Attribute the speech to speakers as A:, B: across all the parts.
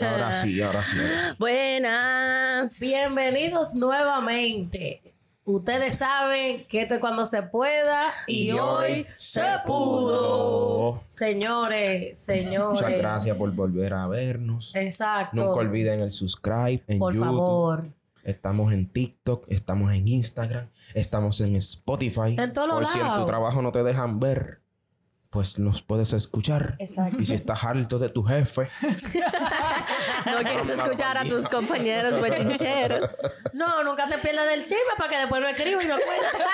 A: ahora sí, ahora sí. ahora sí.
B: Buenas.
C: Bienvenidos nuevamente. Ustedes saben que esto es cuando se pueda y, hoy se pudo. Señores, señores.
A: Muchas gracias por volver a vernos.
C: Exacto.
A: Nunca olviden el subscribe en
C: Por
A: YouTube.
C: favor.
A: Estamos en TikTok, estamos en Instagram, estamos en Spotify.
C: En todos
A: Por
C: lados.
A: si en tu trabajo no te dejan ver, pues nos puedes escuchar.
D: Exacto.
A: Y si estás harto de tu jefe,
B: No quieres escuchar a tus compañeros bochincheros.
C: No, nunca te pierdas del chisme para que después me escribas y me cuentes.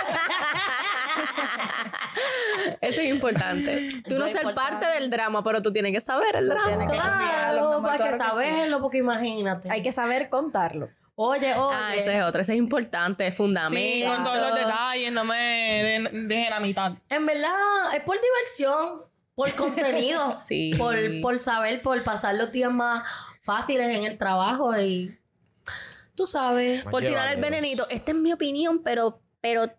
B: Eso es importante. Tú no
D: es
B: ser
D: importante.
B: parte del drama, pero tú tienes que saber el drama.
D: tienes que-
C: Claro,
D: mamá,
C: hay que
D: claro que sí.
C: saberlo porque imagínate.
D: Hay que saber contarlo.
C: Oye, oye.
B: Ah, ese es otro. Ese es importante, es
E: Sí,
B: fundamento.
E: con todos los detalles, no me den- dejen a mitad.
C: En verdad, es por diversión, por contenido,
B: Sí.
C: por, por saber, por pasar los días más fáciles en el trabajo y tú sabes.
B: Por tirar el
A: Llévalos.
B: venenito. Esta es mi opinión, pero, pero
C: Este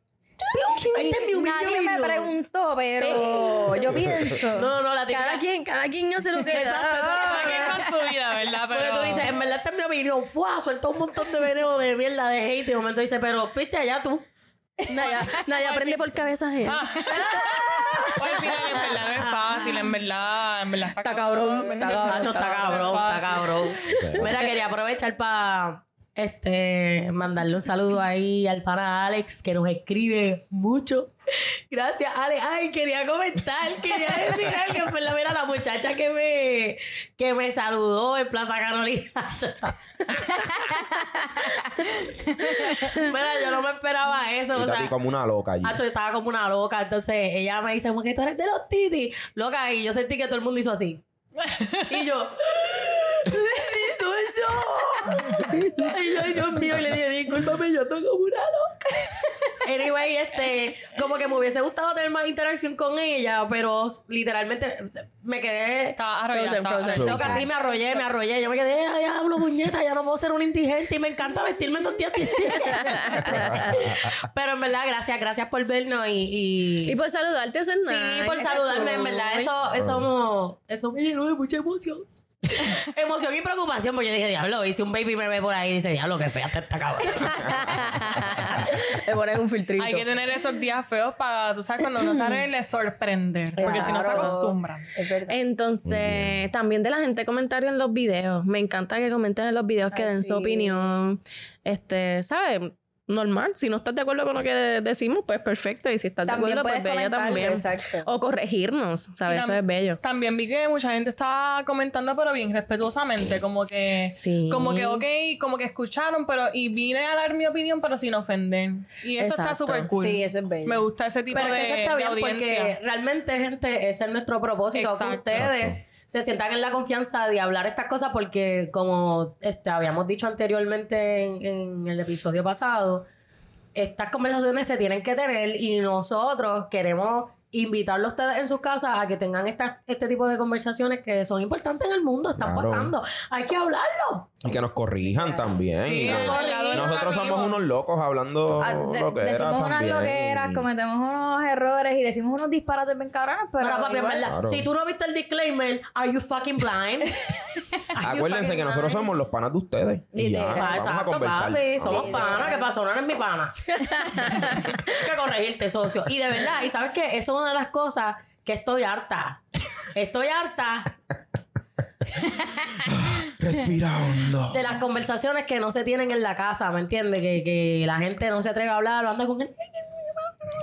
C: es mi humilde
D: Nadie me
C: opinión.
D: preguntó, pero yo pienso.
C: No, no, la tía.
B: cada quien, cada quien hace lo que le
C: Exacto,
B: da.
C: exacto.
E: Para que con su vida, ¿verdad?
C: Porque
E: Pero
C: tú dices, en verdad esta es mi opinión. Fua, suelta un montón de veneno de mierda de hate. Y de momento dice, pero viste allá tú.
B: Nadie, nadie aprende por cabeza ajena.
E: Pues, al final, en verdad no es fácil, en verdad, en verdad está,
B: Está cabrón, está cabrón.
C: Nacho está cabrón, está cabrón. Mira, quería aprovechar para este, mandarle un saludo ahí al pana Alex, que nos escribe mucho. Gracias, Alex. Ay, quería comentar, quería decir algo. En verdad, Mira, la muchacha que me, que me saludó en Plaza Carolina. Mira, yo no me esperaba eso.
A: Y
C: o
A: está
C: sea,
A: aquí como una loca allí.
C: Ah, yo estaba como una loca. Entonces ella me dice, como que tú eres de los titi. Loca, y yo sentí que todo el mundo hizo así. Y yo, "Sí, tú eres yo. Y yo, ay, Dios mío, y le dije, discúlpame, yo estoy como una loca. Anyway, este, como que me hubiese gustado tener más interacción con ella, pero literalmente me quedé.
E: Está arrollada,
B: Frozen,
E: está
B: frozen.
E: arrollada.
C: Loca, sí, me arrollé, me arrollé. Yo me quedé, "Ah, diablo, puñeta, ya no puedo ser un indigente y me encanta vestirme esos días. Pero en verdad, gracias, gracias por vernos y.
B: Y pues por saludarte, eso es
C: Sí,
B: nice.
C: por saludarme, en verdad. Eso, eso, mo- eso me llenó de mucha emoción. emoción y preocupación, porque yo dije, diablo, y si un baby me ve por ahí y dice, diablo, qué fea te está cabrón.
B: Le ponen un filtrito.
E: Hay que tener esos días feos para, tú sabes, cuando uno sale, le sorprender. Porque si no se
D: Claro.
E: acostumbran.
D: Es verdad.
B: Entonces, también de la gente comentario en los videos. Me encanta que comenten en los videos, que
D: Ay,
B: den
D: sí.
B: su opinión. Este, ¿sabes? Normal. Si no estás de acuerdo con lo que de- decimos, pues perfecto. Y si estás
D: También
B: de acuerdo, pues
D: puedes
B: bella
D: comentar,
B: también. Oh,
D: exacto.
B: O corregirnos,
E: Y
B: ¿sabes? Eso
E: tam-
B: es bello.
E: También vi que mucha gente está comentando, pero bien respetuosamente, como que.
B: Sí.
E: Como que, ok, como que escucharon, pero. Y vine a dar mi opinión, pero sin ofender. Y eso está
B: Exacto.
E: súper cool.
D: Sí, eso es bello.
E: Me gusta ese tipo
C: Pero
E: de,
C: es que eso está
E: de
C: bien,
E: audiencia.
C: porque realmente, gente, ese es nuestro propósito, que
E: Exacto.
C: ustedes se sientan en la confianza de hablar estas cosas, porque como este, habíamos dicho anteriormente en, en el episodio pasado, estas conversaciones se tienen que tener y nosotros queremos invitarlos a ustedes en sus casas a que tengan esta- este tipo de conversaciones que son importantes en el mundo, están
A: Claro.
C: pasando. Hay que hablarlo.
A: Y que nos corrijan también.
E: Sí,
A: Y-
E: el moderador
A: Nosotros
E: narrativo.
A: somos unos locos hablando
D: Ah, de-
A: loqueras
D: decimos unas
A: también.
D: loqueras, cometemos unos errores y decimos unos disparates bien cabrones, pero.
C: Ahora, papi, en
D: igual-
C: verdad,
A: Claro.
C: si tú no viste el disclaimer, are you fucking blind? Are you
A: Acuérdense
C: fucking
A: que nosotros
C: blind?
A: somos los panas de ustedes. Y ya,
D: Literal.
C: Ah,
A: vamos a
C: exacto,
A: conversar.
C: papi. Somos
A: Vamos a
C: panas. ¿Qué pasó? No eres mi pana. Hay que corregirte, socio. Y de verdad, y sabes que eso es una de las cosas que estoy harta. Estoy harta
A: Respira hondo.
C: de las conversaciones que no se tienen en la casa, ¿me entiendes? Que, que la gente no se atreve a hablar, anda con el,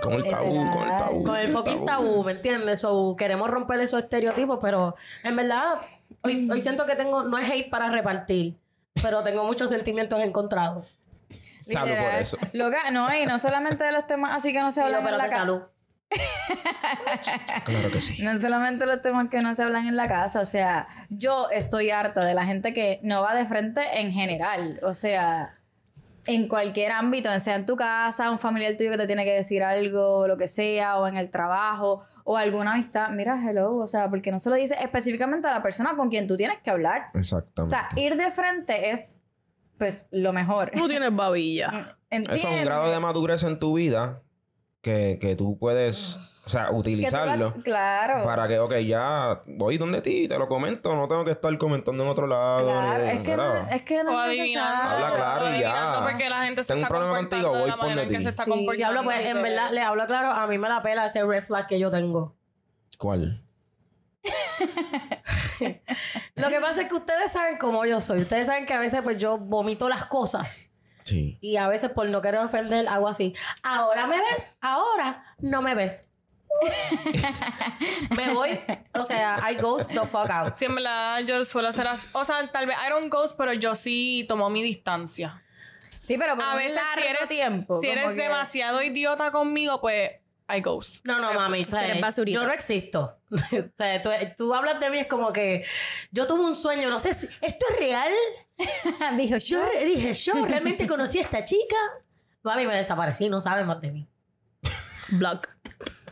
A: Con el tabú, con el tabú.
C: con el fucking tabú, ¿me entiendes? So, queremos romper esos estereotipos, pero en verdad, hoy, hoy siento que tengo, no es hate para repartir, pero tengo muchos sentimientos encontrados.
A: Salud por
D: Literal.
A: eso.
D: Loca, no, y no solamente de los temas así que no se hablan
C: Pero
D: en la
C: de
D: casa.
C: salud.
A: Claro que sí.
D: No solamente los temas que no se hablan en la casa, o sea, yo estoy harta de la gente que no va de frente en general, o sea, en cualquier ámbito, sea en tu casa, un familiar tuyo que te tiene que decir algo, lo que sea, o en el trabajo, o alguna amistad, mira, hello, o sea, porque no se lo dice específicamente a la persona con quien tú tienes que hablar. O
A: Exactamente.
D: sea, ir de frente es, pues, lo mejor. Mm,
B: Tú tienes babilla.
D: ¿Entiendes?
A: eso es un grado de madurez en tu vida que, que tú puedes O sea,
D: Que tú la-
A: utilizarlo.
D: claro.
A: Para que, ok, ya voy donde ti, te lo comento, no tengo que estar comentando en otro lado.
D: claro.
A: ni-
D: Es que, no,
A: ¿verdad?
D: es que no
E: O
D: es
E: adivinando.
D: necesario.
A: Habla claro
E: o
A: y ya.
E: adivinando porque la gente se
A: Tengo un
E: está
A: problema
E: comportando
A: contigo,
E: de
A: voy
E: la
A: por
E: manera en
A: donde
E: que se
A: ti.
E: está
D: Sí,
E: comportando.
C: Diablo, pues en verdad, le hablo claro, a mí me la pela ese red flag que yo tengo.
A: ¿Cuál?
C: Lo que pasa es que ustedes saben cómo yo soy. Ustedes saben que a veces pues yo vomito las cosas.
A: Sí.
C: Y a veces por no querer ofender hago así. Ahora me ves, ahora no me ves. me voy. O sea, I ghost the fuck out.
E: Sí, en verdad, yo suelo hacer as- O sea, tal vez I don't ghost, pero yo sí tomo mi distancia.
D: Sí, pero por
E: A
D: un
E: veces
D: largo
E: si eres,
D: tiempo.
E: si
D: como
E: eres
D: que-
E: demasiado idiota conmigo, pues I ghost.
C: No,
D: Eh,
C: no, mami. o sea, eh,
B: eres basurita.
C: yo no existo. o sea, tú, tú hablas de mí, es como que yo tuve un sueño, no sé si esto es real.
D: Dijo
C: Yo
D: yo.
C: re- dije, yo realmente conocí a esta chica. Mami, me desaparecí, no saben más de mí.
B: Block.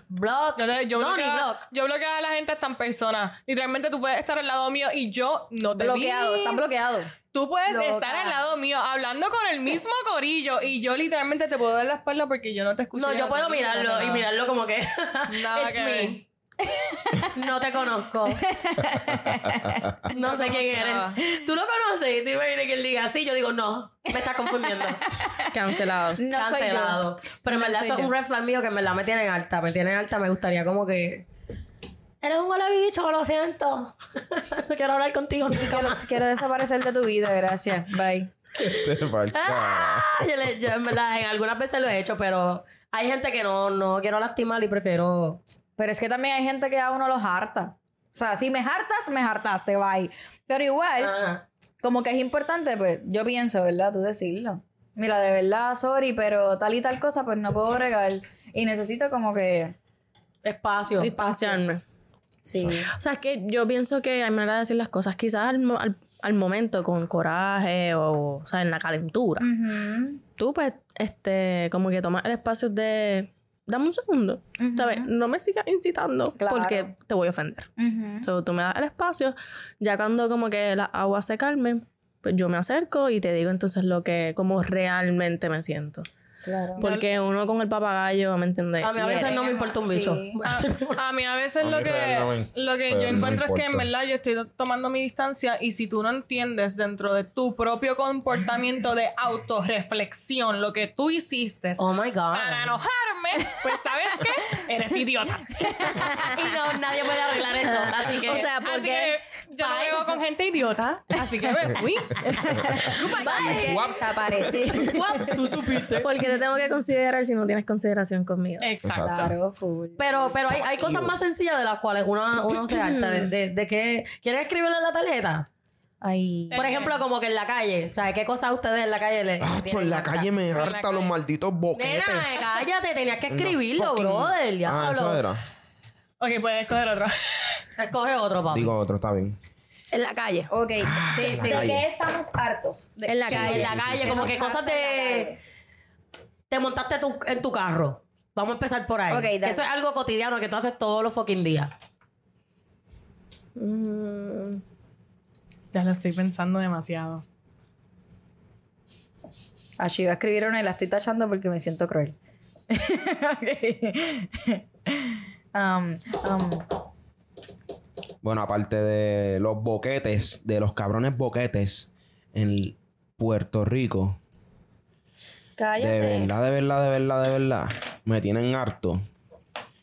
C: Blog.
E: Yo, le- yo
C: no, ni
E: bloqueo,
C: blog.
E: yo bloqueo a la gente hasta en persona. Literalmente tú puedes estar al lado mío y yo no te
D: Bloqueado,
E: vi.
D: está bloqueado.
E: Tú puedes
D: Loca.
E: estar al lado mío hablando con el mismo corillo y yo literalmente te puedo dar la espalda porque yo no te escucho.
C: No, yo puedo mirarlo y
E: mirar
C: mirarlo como que.
E: Nada
C: It's
E: que
C: me. No te conozco. No sé quién
E: nada.
C: eres. Tú lo conoces. Te imaginas que él diga sí. Yo digo, no, me estás confundiendo.
B: Cancelado.
D: No soy yo.
C: Cancelado. Pero en
D: No
C: verdad
D: soy
C: eso es
D: yo.
C: un red flag mío que en verdad me tienen alta. Me tienen alta. Me gustaría como que. Eres un hola bicho, lo siento. No quiero hablar contigo nunca más.
D: Quiero desaparecer de tu vida, gracias. Bye.
A: Te
D: Ah,
A: falta.
C: Yo, le- yo en verdad, en algunas veces lo he hecho, pero hay gente que no, no quiero lastimar y prefiero.
D: Pero es que también hay gente que a uno los harta. O sea, si me hartas, me hartaste, bye. Pero igual,
C: Ajá.
D: como que es importante, pues yo pienso, ¿verdad? Tú decirlo. Mira, de verdad, sorry, pero tal y tal cosa, pues no puedo regar. Y necesito como que...
C: Espacio.
B: Distanciarme.
D: Sí.
B: O sea, es que yo pienso que hay manera de decir las cosas, quizás al, mo- al- al momento con coraje o, o sea, en la calentura.
D: Ujú.
B: Tú, pues, este, como que tomas el espacio de. Dame un segundo. ¿sabes? No me sigas incitando
D: Claro.
B: porque te voy a ofender.
D: Ujú.
B: So, tú me das el espacio. Ya cuando como que las aguas se calmen, pues yo me acerco y te digo entonces lo que, como realmente me siento.
D: Claro.
B: Porque uno con el papagayo, ¿me entiendes?
C: A mí a veces no me importa un bicho.
D: Sí.
E: Ah, A, a mí a veces
A: A
E: lo
A: mí
E: que,
A: real no me-
E: lo que
A: pero
E: yo
A: no me
E: encuentro es que en
A: importa.
E: verdad yo estoy tomando mi distancia y si tú no entiendes dentro de tu propio comportamiento de autorreflexión lo que tú hiciste
C: Oh my God.
E: para enojarme, pues ¿sabes qué? Eres idiota.
C: y no, nadie puede arreglar eso. Así que.
B: O sea,
E: Así
B: porque...
E: que yo no veo con gente idiota, así que me fui.
D: Porque
A: Guap.
D: desaparecí.
B: Tú supiste. Porque te tengo que considerar si no tienes consideración conmigo.
E: Exacto.
D: Claro, full.
C: pero pero hay, hay cosas más sencillas de las cuales uno, uno se harta. De, de, de que. ¿Quieren escribirle en la tarjeta?
D: Ay.
C: Por ejemplo, como que en la calle. O sea, ¿qué cosas ustedes en la calle le.
A: Ah, cho, en la calle me
E: la
A: harta
E: calle.
A: los malditos
C: Nena, eh,
A: boquetes.
C: cállate, tenías que
A: En la
C: escribirlo,
A: fucking-
C: brother.
A: Ah, eso
C: Diablo.
A: era.
E: Ok, puedes escoger otro.
C: Escoge otro,
D: Ah.
C: papá.
A: Digo otro, está bien.
B: En la calle.
D: Ok, sí,
A: en la
D: sí. ¿De
A: calle.
D: qué estamos hartos? De-
B: En la
C: O sea,
B: calle.
C: en la calle, como que
D: Estamos
C: cosas
D: hartos en la
C: de.
D: calle.
C: te montaste tu- en tu carro. Vamos a empezar por ahí.
D: Ok, dale.
C: Que eso es algo cotidiano que tú haces todos los fucking días.
E: Ya lo estoy pensando demasiado.
D: Ah, sí, iba a escribir una y la estoy tachando porque me siento cruel. Ok. Um, um,
A: Bueno, aparte de los boquetes, de los cabrones boquetes en Puerto Rico. De verdad, de verdad, de verdad, de verdad. Me tienen harto.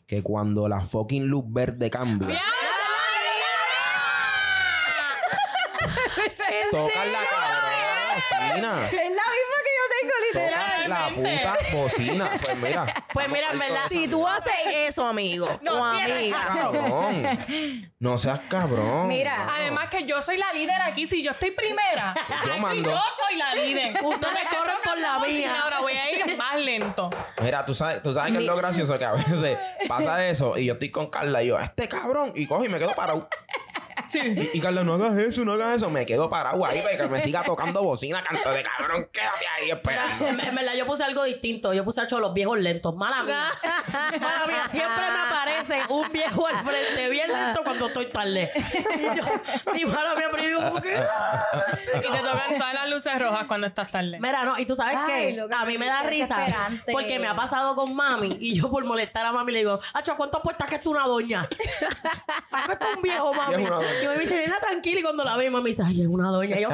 A: Que cuando la fucking luz verde cambia, tocan la cabrona bocina.
D: es la misma que yo tengo,
A: Tocan la puta bocina. Pues mira.
C: Pues mira, en verdad.
B: Si tú haces eso, amigo o amiga,
A: Cabrón. No seas cabrón.
D: Mira,
A: mano.
E: Además que yo soy la líder aquí, si yo estoy primera,
A: Yo
E: aquí
A: mando.
E: yo soy la líder.
C: Ustedes corren por la
E: Y
C: vía.
E: ahora voy a ir más lento.
A: Mira, tú sabes, tú sabes que es lo gracioso que a veces pasa eso y yo estoy con Carla y yo, este cabrón, y cojo y me quedo parado. Sí. Y, y Carla, no hagas eso, no hagas eso. Me quedo parado ahí para que me siga tocando bocina, canto de cabrón, quédate ahí esperando.
C: En, en verdad, yo puse algo distinto. Yo puse hecho los viejos lentos. Mala mía. Mala mía. Siempre me aparece un viejo al frente, bien lento cuando estoy tarde. Y yo, y mala mía, pero yo digo, ¿cómo que?
E: Y te tocan todas las luces rojas cuando estás tarde.
C: Mira, no, y tú sabes
D: Ay,
C: qué?
D: loca,
C: a mí me da
D: qué
C: risa.
D: desesperante.
C: Porque me ha pasado con mami y yo por molestar a mami le digo, Acho, ¿cuánto apuestas que es tú una doña? ¿Para qué esto es un viejo, mami?
A: Ya es una doña.
C: Y me dice, nena, tranquila. Y cuando la ve, mami dice, ay, es una doña. Y yo,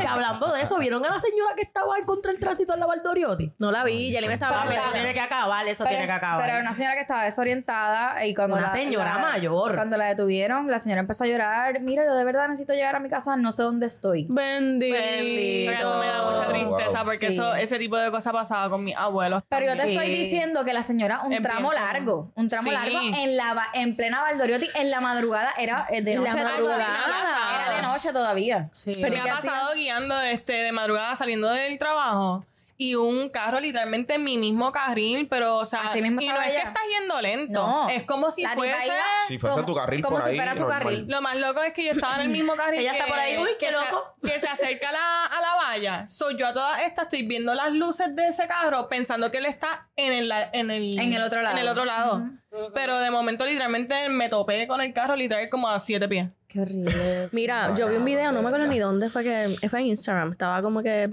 C: que hablando de eso, ¿vieron a la señora que estaba en contra del tránsito en la Valdoriotti?
B: No la vi, ya ni me estaba
C: Mami, eso
B: hablando.
C: tiene que acabar, eso tiene que acabar.
D: pero era una señora que estaba desorientada y cuando
C: ¿eh? Una
D: la-
C: señora
D: la-
C: mayor.
D: Cuando la detuvieron, la señora empezó a llorar. Mira, yo de verdad necesito llegar a mi casa, no sé dónde estoy.
B: Bendito.
C: Bendito.
E: Pero Eso me da mucha tristeza porque
D: Sí.
E: eso, ese tipo de cosas pasaba con mis abuelos.
D: Pero yo te
C: Sí.
D: estoy diciendo que la señora, un
E: Es bien
D: tramo
E: común.
D: largo, un tramo
E: Sí.
D: largo en la va- en plena Valdoriotti, en la madrugada, era eh, de
B: En la
D: noche todavía.
E: madrugada.
D: Era de noche todavía.
C: Sí,
E: Pero me
D: ¿qué
E: ha
D: hacían?
E: pasado guiando este, de madrugada saliendo del trabajo y un carro literalmente en mi mismo carril, pero o sea,
D: Así mismo
E: y no
D: estaba
E: es que
D: ella.
E: estás yendo lento,
D: No.
E: es como si
D: La tipa
E: fuese
D: iba-
A: Si fuese
D: Como-
A: tu carril
D: como
A: por
D: si
A: ahí.
D: fuera su
A: normal.
D: carril.
E: Lo más loco es que yo estaba en el mismo carril.
C: Ella
E: que,
C: está por ahí, uy, qué
E: que
C: loco.
E: Se, que se acerca a la, a la valla. Soy yo a todas estas, estoy viendo las luces de ese carro pensando que él está en el, la- en el,
D: En el otro lado.
E: en el otro lado. Pero de momento, literalmente, me topé con el carro, literal, como a siete pies.
D: Qué horrible. eso.
B: Mira, yo vi un video, no me acuerdo ni dónde fue que fue en Instagram, estaba como que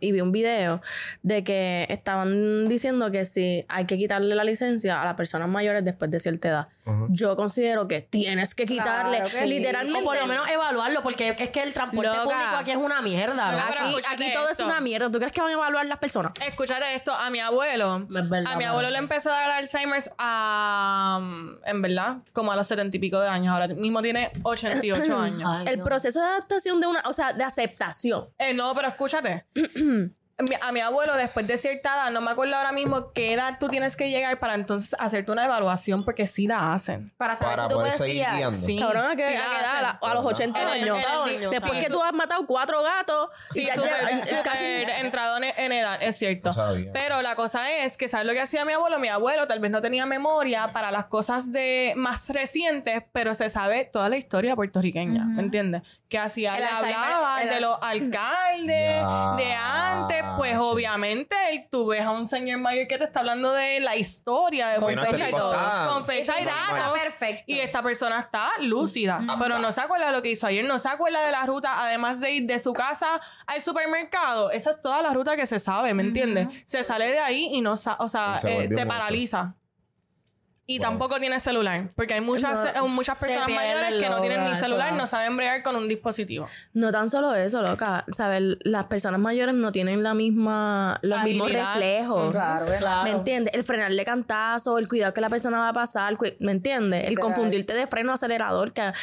B: y vi un video de que estaban diciendo que si hay que quitarle la licencia a las personas mayores después de cierta edad. Yo considero que tienes que quitarle
D: Claro que sí.
B: literalmente.
C: O por lo menos evaluarlo, porque es que el transporte
B: Loca.
C: público aquí es una mierda.
E: Loca,
C: ¿verdad?
E: pero
B: aquí,
E: escúchate
B: aquí todo
E: esto.
B: es una mierda. ¿Tú crees que van a evaluar las personas?
E: Escúchate esto, a mi abuelo.
C: Es verdad,
E: a mi abuelo le empezó a dar Alzheimer's a. mm, En verdad, como a los setenta y pico de años. Ahora mismo tiene 88 años.
C: Ay,
B: el
C: Dios.
B: proceso de adaptación de una, o sea, de aceptación.
E: Eh, no, pero escúchate. Mi- a mi abuelo, después de cierta edad, no me acuerdo ahora mismo qué edad tú tienes que llegar para entonces hacerte una evaluación, porque sí la hacen.
D: Para saber
A: Para
D: si tú
A: poder
D: puedes
A: seguir
D: guiar.
A: guiando.
E: Sí.
B: Cabrón, ¿a qué-
E: sí
B: a
E: la
B: qué edad?
E: hacen.
B: A la- a los 80
E: En el-
B: años.
E: en el-
C: Coño,
B: Después
C: sí.
B: que tú has matado cuatro gatos,
E: Sí,
B: y ya-
E: súper,
B: ya-
E: súper
B: casi-
E: entradones en edad, es cierto.
A: No sabía.
E: Pero la cosa es que, ¿sabes lo que hacía mi abuelo? Mi abuelo tal vez no tenía memoria para las cosas de más recientes, pero se sabe toda la historia puertorriqueña, ¿me entiendes? Que hacía,
D: El
E: le
D: Alzheimer-
E: hablaba
D: el
E: de
D: Alz-
E: los alcaldes, de antes, pues
A: Ya, sí.
E: obviamente él- tú ves a un señor mayor que te está hablando de la historia, de
A: Bueno, este
E: fecha y
A: tipo
E: todo,
A: está-
E: con fecha y
D: Este tipo
E: datos.
D: está perfecto.
E: Y esta persona está lúcida, pero no se acuerda de lo que hizo ayer, no se acuerda de la ruta, además de ir de su casa al supermercado. Esa es toda la ruta que se sabe, ¿me entiendes? Se sale de ahí y no sa- o sea,
A: Y se
E: eh,
A: volvió
E: te
A: un ocho.
E: paraliza. Y
A: Wow.
E: tampoco tiene celular, porque hay muchas, eh, muchas personas
C: pierde
E: mayores que no
C: lo-
E: tienen ni
C: eso
E: celular,
C: da.
E: no saben bregar con un dispositivo.
B: No tan solo eso, loca. ¿Sabes? Las personas mayores no tienen la misma, los mismos
E: Habilidad.
B: reflejos.
D: Claro, ¿eh?
C: Claro.
B: ¿Me entiendes? El frenarle cantazo, el cuidado que la persona va a pasar, cu- ¿me entiendes? El
D: Literal.
B: confundirte de freno acelerador, que han,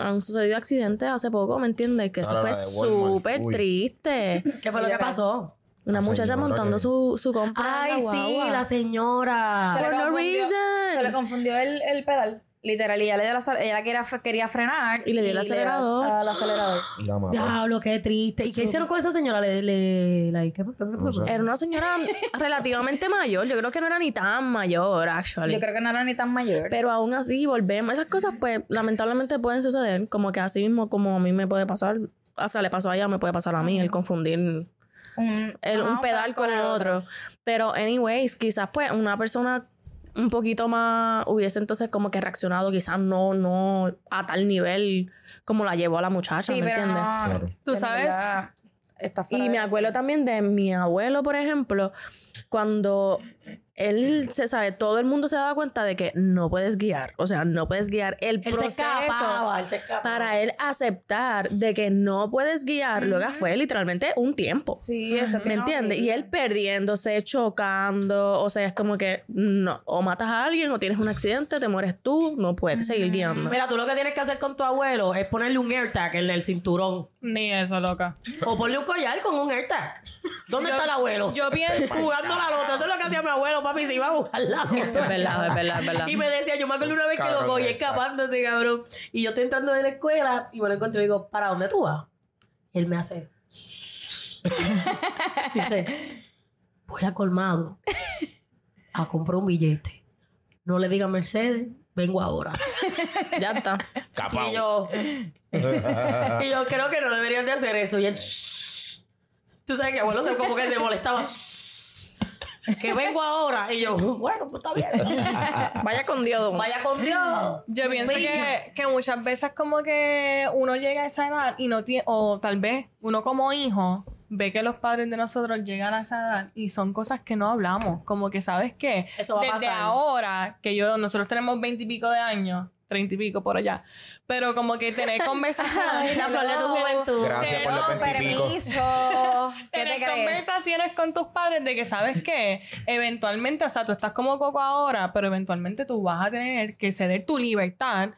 B: han sucedido accidentes hace poco, ¿me entiendes? Que eso
A: Ahora
B: fue
A: la de Walmart.
B: súper
A: Uy.
B: triste.
C: ¿Qué fue lo que pasó?
A: La
B: Una muchacha
A: señora
B: montando
A: que-
B: su, su compra.
C: Ay,
B: en la
C: sí,
B: guagua.
C: la señora.
D: Se le
B: For no
D: confundió-
B: reason.
D: Se le confundió el, el pedal. Literal, y ya le dio la, sal- ella quería, quería frenar.
B: Y le dio el
D: da-
B: acelerador.
D: al acelerador.
A: Y la mató.
C: Diablo, qué triste. ¿Y qué hicieron con esa señora? Le, le, la- ¿qué fue? ¿Qué fue?
A: No sé.
B: Era una señora relativamente mayor. Yo creo que no era ni tan mayor, actually.
D: Yo creo que no era ni tan mayor.
B: Pero aún así, volvemos. Esas cosas, pues, lamentablemente pueden suceder. Como que así mismo, como a mí me puede pasar. O sea, le pasó a ella, me puede pasar a mí. El confundir
D: un,
B: el-
D: ajá,
B: un pedal con el otro. Pero, anyways, quizás, pues, una persona un poquito más hubiese entonces como que reaccionado quizás no no a tal nivel como la llevó a la muchacha
D: Sí,
B: ¿me
D: pero
B: entiendes?
D: no.
A: Claro.
E: Tú
D: en
E: sabes-
D: verdad, Está fuera
B: Y
D: de-
B: me acuerdo también de mi abuelo, por ejemplo, cuando él se sabe, todo el mundo se daba cuenta de que no puedes guiar, o sea, no puedes guiar el
C: Él se
B: proceso.
C: escapaba, él se escapaba.
B: Para él aceptar de que no puedes guiar, luego fue literalmente un tiempo.
D: Sí, eso
B: ¿Me entiendes? Y él perdiéndose, chocando, o sea, es como que no, o matas a alguien o tienes un accidente, te mueres tú, no puedes seguir guiando.
C: Mira, tú lo que tienes que hacer con tu abuelo es ponerle un AirTag en el cinturón.
E: Ni eso, loca.
C: O ponle un collar con un AirTag. ¿Dónde está el abuelo?
E: Yo pienso.
C: jugando la lota. Eso es lo que hacía mi abuelo, papi. Se iba a jugar la lota.
B: Es verdad, es verdad, es verdad.
C: Y me decía, yo me acuerdo una vez que lo
A: Cabrón,
C: cogí
A: ahí está.
C: escapándose, cabrón. Y yo estoy entrando de la escuela y me lo encuentro y digo, ¿para dónde tú vas? Y él me hace. Dice, voy a colmado a comprar un billete. No le diga a Mercedes, vengo ahora.
B: Ya está.
A: Capao.
C: Y yo, y yo creo que no deberían de hacer eso. Y él, tú sabes que abuelo se, como que se molestaba. que vengo ahora. Y yo, bueno, pues está bien.
B: Vaya con Dios, don.
C: Vaya con Dios.
E: Yo pienso que, que muchas veces como que uno llega a esa edad y no tiene, o tal vez uno como hijo ve que los padres de nosotros llegan a esa edad y son cosas que no hablamos, como que sabes que
C: Eso va a
E: desde
C: pasar.
E: ahora que yo nosotros tenemos veintipico de años, treinta y pico por allá, pero como que tener conversaciones,
C: La flor de tu
D: Hello.
C: juventud.
A: Gracias por los
D: No,
A: veintipico.
D: permiso. ¿Qué te
E: tener
D: crees?
E: conversaciones con tus padres de que sabes que eventualmente, o sea, tú estás como coco ahora, pero eventualmente tú vas a tener que ceder tu libertad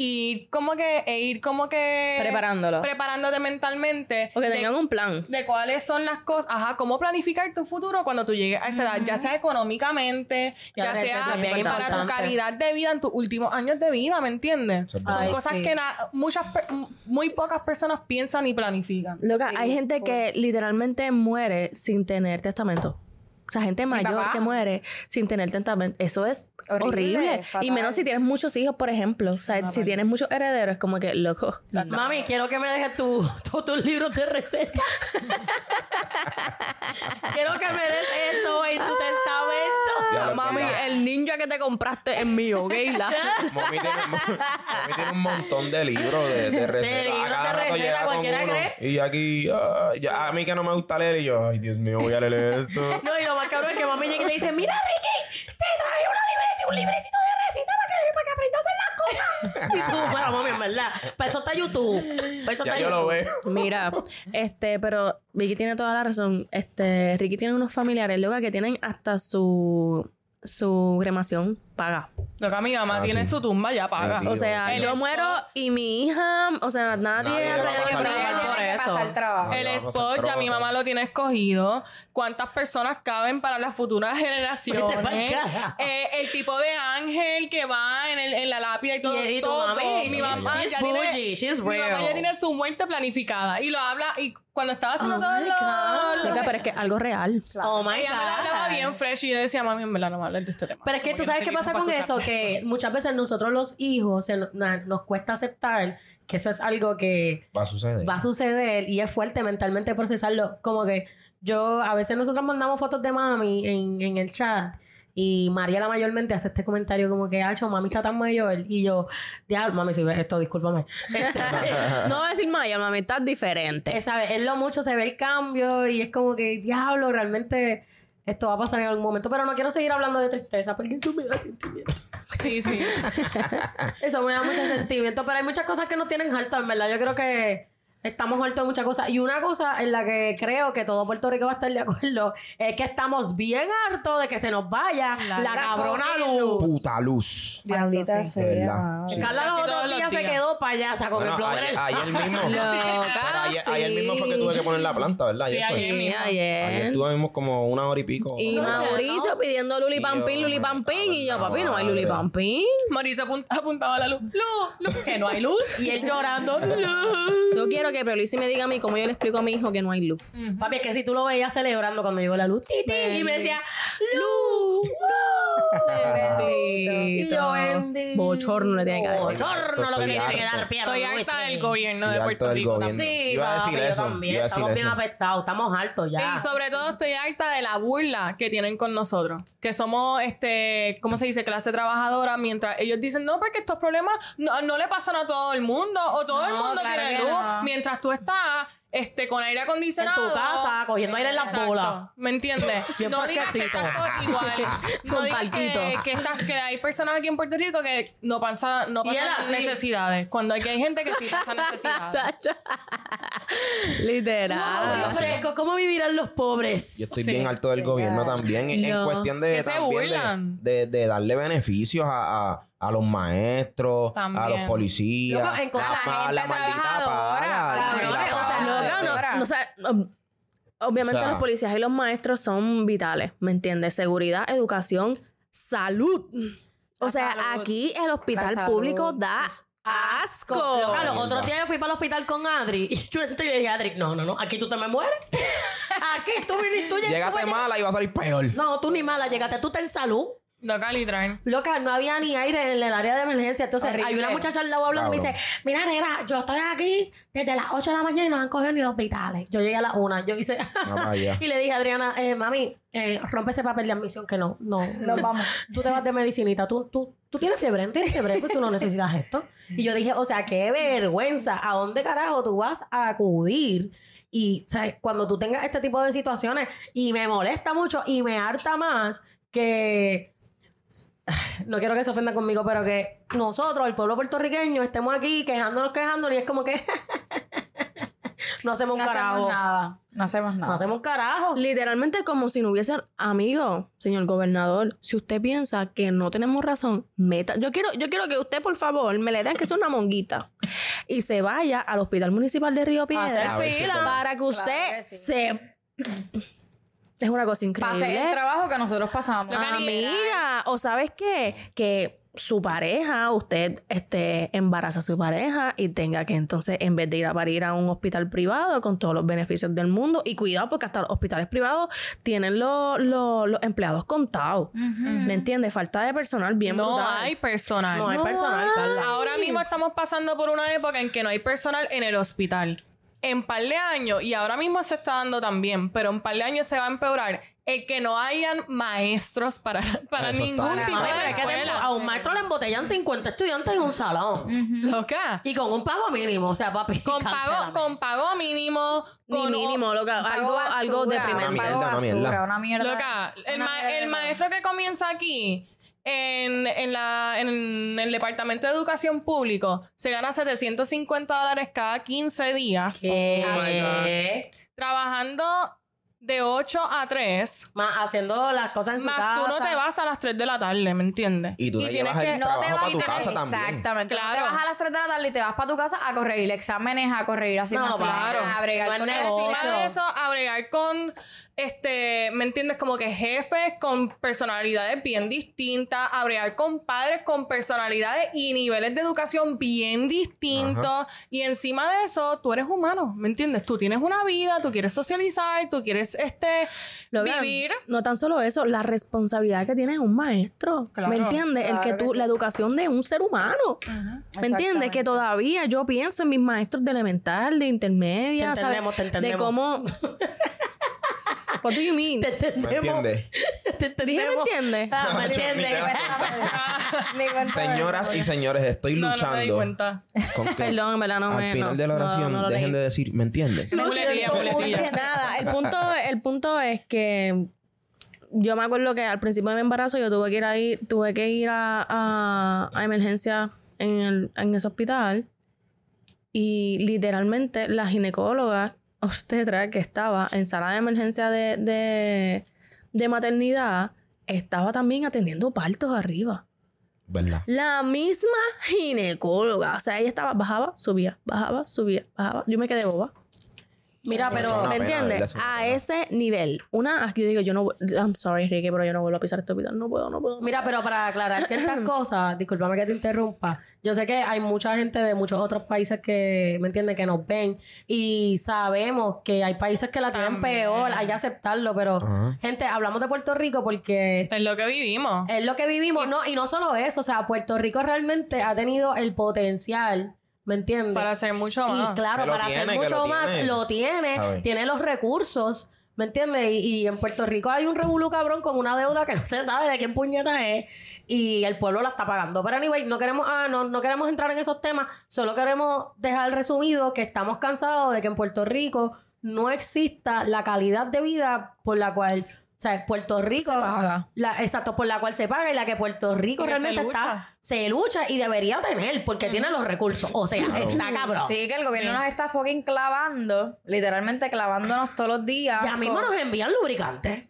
E: y ir como que e ir como que
B: Preparándolo.
E: preparándote mentalmente
B: Porque
E: de-
B: tengan un plan.
E: de cuáles son las cosas, ajá, cómo planificar tu futuro cuando tú llegues a esa edad, ya sea económicamente,
C: Ya
E: ya
C: sé, eso
E: sea
C: es bien
E: para tu
C: importante.
E: calidad de vida en tus últimos años de vida, ¿me entiendes?
A: Eso es
E: Son
C: Ay,
E: cosas
C: sí.
E: que na- muchas per- m- muy pocas personas piensan y planifican.
B: Loca,
D: Sí,
B: hay gente
D: full.
B: que literalmente muere sin tener testamento. O sea, gente mayor
E: papá.
B: que muere sin tener testamento. Eso es
D: Horrible,
B: horrible. Y
D: fatal.
B: menos si tienes muchos hijos, por ejemplo. O sea, si tienes muchos herederos, es como que, loco.
C: Mami, quiero que me dejes tu- todos tus libros de recetas. quiero que me des eso en
E: Ah.
C: tu testamento.
A: Ya lo-
B: el ninja que te compraste es mío, Gayla.
A: Mami tiene, mami tiene un montón de libros de, de recetas.
C: libros
A: A cada
C: de
A: rato
C: recetas,
A: llega con
C: cualquiera
A: uno.
C: cree.
A: Y aquí, ah, ya, a mí que no me gusta leer, y yo, ay, Dios mío, voy a leer esto.
C: No, y lo más cabrón es que mami llega y te dice, mira, Ricky, te traje una libreta, un libretito de recetas para que, para que aprendas a hacer las cosas. y tú, bueno, mami, en verdad, para eso está YouTube. Para eso
A: Ya
C: está
A: yo
C: YouTube.
A: lo veo.
B: Mira, este, pero Vicky tiene toda la razón. Este, Ricky tiene unos familiares, loca, que tienen hasta su, su cremación paga.
E: Lo que mi mamá
A: Ah,
E: tiene
A: sí.
E: su tumba ya paga.
A: Dios.
B: O sea,
E: El
B: yo
E: spot.
B: muero y mi hija, o sea, nadie,
A: Nadie le va a
B: alrededor que
A: pasar
B: me
A: nada.
B: haga-
D: Tiene
C: por
D: que
C: eso.
D: pasar trabajo.
A: Ay,
E: El
A: vamos a hacer
E: spot ya mi
A: trozo.
E: mamá lo tiene escogido. ¿Cuántas personas caben para las futuras generaciones?
C: Vete pa'l carajo.
E: Eh, el tipo de ángel que va en, el- en la lápida y todo.
C: Y- y tu
E: todo.
C: mami,
E: mi
C: she's-
E: mamá
C: she's
E: ya tiene,
C: bougie, she's
E: mi mamá
C: real.
E: ya tiene su muerte planificada y lo habla y cuando estaba haciendo todo
C: Oh my
E: lo,
C: God.
E: lo-
B: Loca, pero es que algo real.
C: Oh my
E: ella me lo hablaba
C: God.
E: bien fresh y yo decía mami en verdad no me hables de este tema.
C: Pero es que
E: Como
C: tú sabes qué
E: no estoy
C: pasa
E: lista
C: con
E: para
C: eso,
E: escuchar.
C: que muchas veces nosotros los hijos se nos, na- nos cuesta aceptar que eso es algo que
A: Va a suceder.
C: va a suceder y es fuerte mentalmente procesarlo. Como que yo, a veces nosotros mandamos fotos de mami en, en el chat y Mariela mayormente hace este comentario como que, hacho, mami está tan mayor y yo, diablo, mami, si ves esto, discúlpame.
B: No voy a decir Maya, mami, estás diferente.
C: Eh, ¿sabes? Es lo mucho, se ve el cambio y es como que, diablo, realmente esto va a pasar en algún momento. Pero no quiero seguir hablando de tristeza porque eso me da sentimiento.
E: Sí, sí.
C: Eso me da mucho sentimiento. Pero hay muchas cosas que nos tienen hartos, en verdad. Yo creo que estamos hartos de muchas cosas. Y una cosa en la que creo que todo Puerto Rico va a estar de acuerdo es que estamos bien hartos de que se nos vaya la, cabrona luz.
A: Puta luz.
D: Maldita
A: De verdad.
D: sea.
A: Sí.
C: Carla los
E: Casi
C: otros
E: todos los
C: días se
E: días.
C: quedó payasa con
A: Bueno,
C: el blog en
A: ayer,
C: el-
A: ayer mismo. Pero
B: Loca,
A: ayer, ayer mismo fue que tuve que poner la planta, ¿verdad?
E: Sí,
A: fue.
E: ayer.
B: Sí,
A: Ayer
B: ayer.
A: estuvimos como una hora y pico.
B: Y Mauricio pidiendo Luli Pampín,
A: Dios,
B: Luli
A: me
B: Pampín.
A: cago
B: Y
A: en
B: yo,
A: la
B: papi, no hay
A: madre.
B: Luli Pampín.
E: Mauricio apun- apuntaba a la luz. Luz, luz, que no hay luz.
C: Y él llorando.
B: Yo quiero que Preolisi me diga a mí cómo yo le explico a mi hijo que no hay luz.
C: Papi, es que si tú lo veías celebrando cuando llegó la luz, ti, ti, y me decía,
B: ¡Luz!
C: Y yo, bendito.
B: Bochorno le tiene que dar.
C: bochorno lo que
A: Estoy
C: tiene que
A: harto.
C: quedar pierna.
E: Estoy
C: Luis".
E: harta del gobierno
A: Estoy
E: de
A: harto
E: Puerto
A: del
E: Rico.
A: gobierno.
C: Sí,
A: Iba a
C: papi,
A: decir
C: yo
A: eso,
C: también.
A: iba a decir
C: estamos bien
A: eso.
C: apestados, estamos hartos ya.
E: Y sobre todo estoy harta de la burla que tienen con nosotros, que somos, este, ¿cómo se dice? Clase trabajadora, mientras ellos dicen, no, porque estos problemas no, no le pasan a todo el mundo, o todo el
D: No,
E: mundo
D: claro
E: tiene
D: que
E: luz,
D: no.
E: mientras tú estás este, con aire
C: en
E: acondicionado.
C: tu casa, cogiendo aire en las
E: Exacto.
C: bolas.
E: ¿Me entiendes?
C: Bien
E: no digas que
C: fresquecito.
E: estas cosas igual. No
B: Con
E: digas que,
B: palquito.
E: que, estas- que hay personas aquí en Puerto Rico que no pasan, no
C: Y él
E: pasan
C: así.
E: necesidades. Cuando aquí hay gente que sí pasa necesidades.
B: Chacha. Literal.
C: Ay, fresco, Ah, ¿cómo vivirán los pobres?
A: Yo estoy
E: Sí.
A: bien alto del gobierno también. En, en
B: Yo-
A: cuestión de,
E: Es que se
A: también de-
E: burlan.
A: de, de darle beneficios a, a- a los maestros, a
E: También.
A: los policías.
C: Loco, en cosas-
A: la,
D: la
A: la
D: gente
A: maldita
D: trabajadora,
A: paga, la
D: cabrones,
A: maldita
C: o sea,
A: paga.
B: Loca, no, no, o sea, ob- obviamente
A: O sea-
B: los policías y los maestros son vitales, ¿me entiendes? Seguridad, educación, salud. O sea,
D: salud.
B: aquí el hospital
D: La
B: público
D: salud.
B: da asco.
C: Loca, los
A: Mierda.
C: otros días yo fui para el hospital con Adri y yo entré y le dije, Adri, no, no, no, aquí tú te me mueres. Aquí tú viniste, tú llegaste.
A: Llegaste mala y va a salir peor.
C: No, tú ni mala, llegaste tú te en salud.
E: No calidran.
C: Loca, no había ni aire en el área de emergencia. Entonces,
D: Horrible.
C: hay una muchacha al lado hablando y me
A: Cabrón.
C: dice, mira, negra, yo estoy aquí desde las 8 de la mañana y no han cogido ni los vitales. Yo llegué a la una. Yo hice...
A: No, vaya.
C: y le dije a Adriana, eh, mami, eh, rompe ese papel de admisión que no, no, no.
D: Nos vamos.
C: Tú te vas de medicinita. Tú, tú, tú tienes fiebre, no tienes fiebre, pues tú no necesitas esto. Y yo dije, o sea, qué vergüenza. ¿A dónde carajo tú vas a acudir? Y ¿sabes? cuando tú tengas este tipo de situaciones, y me molesta mucho y me harta más que. No quiero que se ofendan conmigo, pero que nosotros, el pueblo puertorriqueño, estemos aquí quejándonos, quejándonos, y es como que. no hacemos un
D: No
C: carajo.
D: hacemos nada. No hacemos
C: No
D: nada.
C: hacemos un carajo.
B: Literalmente como si no hubiese amigo, señor gobernador. Si usted piensa que no tenemos razón, meta. Yo quiero, yo quiero que usted, por favor, me le den que es una monguita y se vaya al Hospital Municipal de Río
D: hacer
B: Piedra
A: A ver si
D: fila.
A: te-
B: para que usted
D: Claro que sí.
B: se... Es una cosa
D: Pase
B: increíble.
D: el trabajo que nosotros pasamos.
E: Lo que
D: Ah,
E: ni-
B: Amiga, o sabes qué? Que su pareja, usted este, embaraza a su pareja y tenga que entonces, en vez de ir a parir a un hospital privado con todos los beneficios del mundo, y cuidado porque hasta los hospitales privados tienen lo- lo- los empleados contados. ¿Me entiendes? Falta de personal bien
E: No
B: brutal.
E: hay personal.
C: No hay personal, Carla.
E: Ahora mismo estamos pasando por una época en que no hay personal en el hospital. En par de años, y ahora mismo se está dando también, pero en par de años se va a empeorar el que no hayan maestros para, para
A: Eso está
E: ningún
A: bien.
E: tipo
C: Mami,
E: de
C: pero es que te-
E: escuela.
C: a un maestro le embotellan 50 estudiantes en un salón.
E: Loca.
C: Y con un pago mínimo, o sea, papi.
E: Con pago,
C: cancélame.
E: con pago mínimo.
B: Ni
E: con-
B: mínimo, loca.
D: Pago
B: Algo,
D: basura,
B: algo deprimente.
A: Una
D: pago
A: mierda, una mierda.
D: basura, una mierda.
E: Loca, el,
D: Una
E: ma-
D: mierda de
E: el
D: todo.
E: maestro que comienza aquí en, en la, en el Departamento de Educación Público se gana 750 dólares cada 15 días Oh
C: ¿Qué?
E: trabajando de 8 a 3.
C: Más haciendo las cosas en su
E: Más
C: casa.
E: tú no te vas a las 3 de la tarde, ¿me entiendes?
A: Y tú te
E: tienes
A: llevas el
E: que-
A: trabajo para
D: a
A: tu casa también.
D: Exactamente. No te
E: Claro.
D: vas a las 3 de la tarde y te vas para tu casa a corregir exámenes, a corregir así
E: claro.
D: a bregar
C: Buen
D: con
E: Encima
C: negocio.
E: de eso, a bregar con, este, ¿me entiendes? Como que jefes con personalidades bien distintas, a bregar con padres con personalidades y niveles de educación bien distintos. Y encima de eso, tú eres humano, ¿me entiendes? Tú tienes una vida, tú quieres socializar, tú quieres este,
B: Logan,
E: vivir.
B: No tan solo eso, la responsabilidad que tiene un maestro.
E: Claro.
B: ¿Me entiendes?
D: Claro
B: el que
D: que
B: tú,
D: sí.
B: la educación de un ser humano. ¿Me entiendes? Que
D: Exactamente.
B: todavía yo pienso en mis maestros de elemental, de intermedia,
C: Te
B: ¿sabes?
C: entendemos, te
B: De
C: entendemos.
B: cómo. What do you mean?
C: Te entendemos.
A: ¿Me entiendes?
C: Te
B: Dije, ¿me
C: entendemos.
B: entiendes?
C: Ah, ¿Me entiendes?
A: Señoras y señores, estoy
E: No, no te di
A: luchando
E: cuenta.
A: con que
B: Perdón, en verdad no
A: al
B: me.
A: final
B: no,
A: de la
B: no,
A: oración
B: no lo
A: dejen
B: leí.
A: de decir, ¿me entiendes?
E: Muletilla, muletilla.
B: Nada, el punto, el punto es que yo me acuerdo que al principio de mi embarazo yo tuve que ir ahí, tuve que ir a, a- a emergencia en, el- en ese hospital y literalmente la ginecóloga obstetra que estaba en sala de emergencia de, de, de maternidad estaba también atendiendo partos arriba.
A: ¿Verdad?
B: La misma ginecóloga. O sea, ella estaba, bajaba, subía, bajaba, subía, bajaba. Yo me quedé boba.
C: Mira,
A: Eso es
C: pero...
A: una
B: ¿Me
A: pena,
B: entiendes?
A: ¿verdad? Es una
B: a
A: pena.
B: ese nivel. Una, aquí yo digo, yo no. vu- I'm sorry, Ricky, pero yo no vuelvo a pisar este hospital. No puedo, no puedo.
C: Mira, pero para aclarar ciertas cosas, discúlpame que te interrumpa. Yo sé que hay mucha gente de muchos otros países que, ¿me entiendes?, que nos ven y sabemos que hay países que la tienen peor, hay que aceptarlo, pero,
A: Ajá.
C: gente, hablamos de Puerto Rico porque
E: Es lo que vivimos.
C: Es lo que vivimos, no, y no solo eso, o sea, Puerto Rico realmente ha tenido el potencial, ¿me entiendes?
E: Para hacer mucho
C: y
E: más.
A: Que
C: claro,
A: lo
C: para hacer
A: tiene, que
C: mucho
A: lo
C: más,
A: tiene.
C: lo tiene,
A: ¿Sabes?
C: tiene los recursos, ¿me entiendes? Y, y en Puerto Rico hay un revolú cabrón con una deuda que no se sabe de quién puñeta es y el pueblo la está pagando. Pero anyway, no queremos, ah, no, no queremos entrar en esos temas, solo queremos dejar resumido que estamos cansados de que en Puerto Rico no exista la calidad de vida por la cual, o sea, Puerto Rico la, exacto, por la cual se paga y la que Puerto Rico
E: Y que se
C: realmente está,
E: lucha.
C: se lucha y debería tener porque tiene los recursos. O sea, está cabrón.
D: Sí, que el gobierno nos está fucking clavando, literalmente clavándonos todos los días.
C: Ya mismo
D: con-
C: nos envían lubricantes.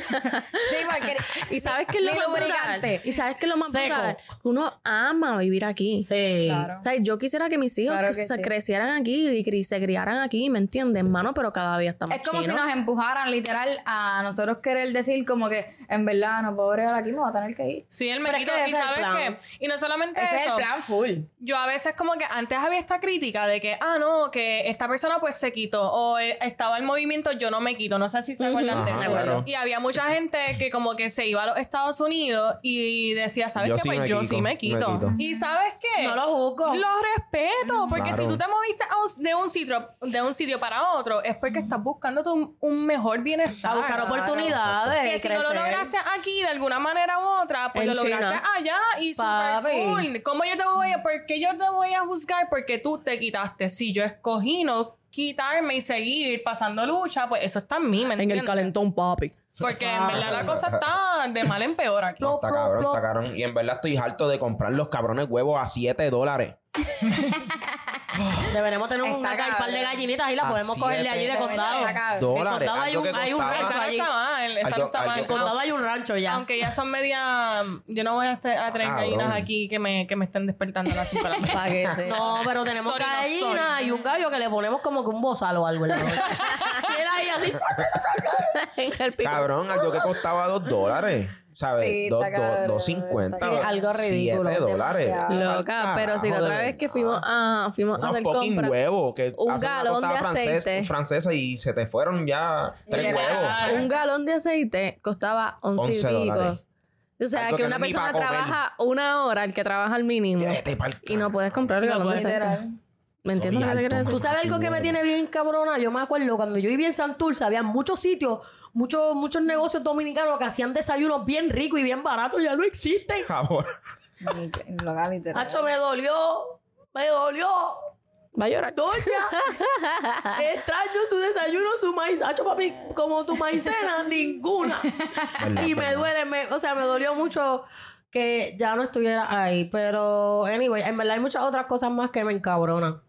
D: Sí, cualquier...
B: ¿Y sabes qué es lo
D: Ni
B: más brutal?
D: lubricante.
B: ¿Y sabes qué es lo más
C: Seco.
B: brutal? Que uno ama vivir aquí.
C: Sí.
D: Claro.
B: O sea, yo quisiera que mis hijos
D: Claro
B: que
D: que
B: se
D: sí.
B: crecieran aquí y cri- se criaran aquí, ¿me entiendes, hermano? Pero cada día estamos
D: Es como si nos empujaran literal a nosotros querer decir como que, en verdad, no puedo bregar aquí, me voy a tener que ir.
E: Sí, el
C: Pero es que
E: mequito.
C: ese
E: y
C: es el
E: sabes
C: plan.
E: qué. Y no solamente
C: Ese es
E: eso.
C: el plan full.
E: Yo a veces como que antes había esta crítica de que, ah, no, que esta persona pues se quitó o eh, estaba en movimiento, yo no me quito, no sé si se acuerdan de
A: Ajá,
E: eso.
A: claro.
E: Y había mucha gente que como que se iba a los Estados Unidos y decía, ¿sabes
A: Yo
E: qué?
A: sí
E: pues
A: me
E: yo
A: quito,
E: sí
A: me
E: me quito.
A: quito.
E: Y ¿sabes qué?
C: No lo juzgo.
E: Lo respeto, porque
A: Claro.
E: si tú te moviste a un- de, un sitio, de un sitio para otro, es porque estás buscando tu- un mejor bienestar.
C: A buscar oportunidades.
E: Que
C: de
E: si no lo
C: crecer.
E: lograste aquí de alguna manera u otra, pues
B: En
E: lo
B: China.
E: lograste allá y
C: Papi.
E: super cool. ¿Cómo yo te voy a, por qué yo te voy a juzgar porque tú te quitaste? Si yo escogí no quitarme y seguir pasando lucha, pues eso está en mí, ¿me
B: En el
E: entiendes?
B: calentón, papi.
E: Porque en verdad la cosa está de mal en peor aquí.
A: No, está
C: plop,
A: cabrón,
C: plop.
A: está cabrón. Y en verdad estoy harto de comprar los cabrones huevos a 7 dólares.
C: Deberemos tener un
D: Está
C: acá, un par de
D: cabrón.
C: gallinitas y las
A: A
C: podemos
A: siete.
C: cogerle allí de
D: Está
C: condado.
D: cabrón.
C: En
A: Dólares,
C: condado hay
A: algo
C: un,
A: que
C: hay un
A: costaba.
E: Esa
C: rancho
E: no
C: allí.
E: está mal,
A: Ay,
E: esa
A: yo-
E: no está
A: ay,
E: mal.
A: yo-
C: En condado hay un rancho ya.
E: Aunque ya son media... Yo no voy a, estar- a traer
A: Cabrón.
E: gallinas aquí que me, que me estén despertando a las cinco de la mañana.
D: Para que se-
C: No, pero tenemos
E: Sorry, no,
C: gallina
E: sorry.
C: y un gallo que le ponemos como que un bozal o algo. en la boca. Y él ahí así.
B: en el pico.
A: Cabrón, algo que costaba 2 dólares. ¿Sabes?
D: Sí, está
A: Dos- dos-
D: cabrón,
A: 2.50.
D: está cabrón. Sí,
C: algo ridículo,
A: 7 dólares.
D: demasiado.
B: Loca,
A: Al
B: pero si la
A: carajo,
B: otra
A: de
B: vez que
A: verdad.
B: fuimos a, fuimos a
A: Unos
B: hacer
A: fucking
B: compras.
A: huevos que
B: un
A: hacen una
B: galón
A: tostada
B: de
A: francés-
B: aceite.
A: francesa y se te fueron ya tres
E: Literal.
A: huevos.
B: Un galón de aceite costaba 11,
A: 11
B: y
A: dólares.
B: pico. O sea,
A: Algo
B: que
A: que
B: una
A: no es ni pa'
B: persona
A: comer.
B: trabaja una hora, el que trabaja al mínimo.
A: Vete pa'l
B: Y no puedes comprar el
E: No
B: galón de
E: puedes.
B: aceite.
D: Literal.
B: ¿Me entiendes lo que te quiero
A: Alto.
B: decir?
C: ¿Tú sabes algo que me tiene bien cabrona? Yo me acuerdo cuando yo vivía en Santurce, había muchos sitios, muchos, muchos negocios dominicanos que hacían desayunos bien ricos y bien baratos, ya no existen.
A: Cabrón.
D: Ni que- ni Loca, literal.
C: Hacho, me dolió, me dolió.
B: Va a llorar.
C: Doña, extraño su desayuno, su maíz. Hacho, papi, como tu maicena, ninguna.
A: Verdad,
C: y me
A: verdad.
C: duele, me- o sea, me dolió mucho que ya no estuviera ahí. Pero, anyway, en verdad hay muchas otras cosas más que me encabronan.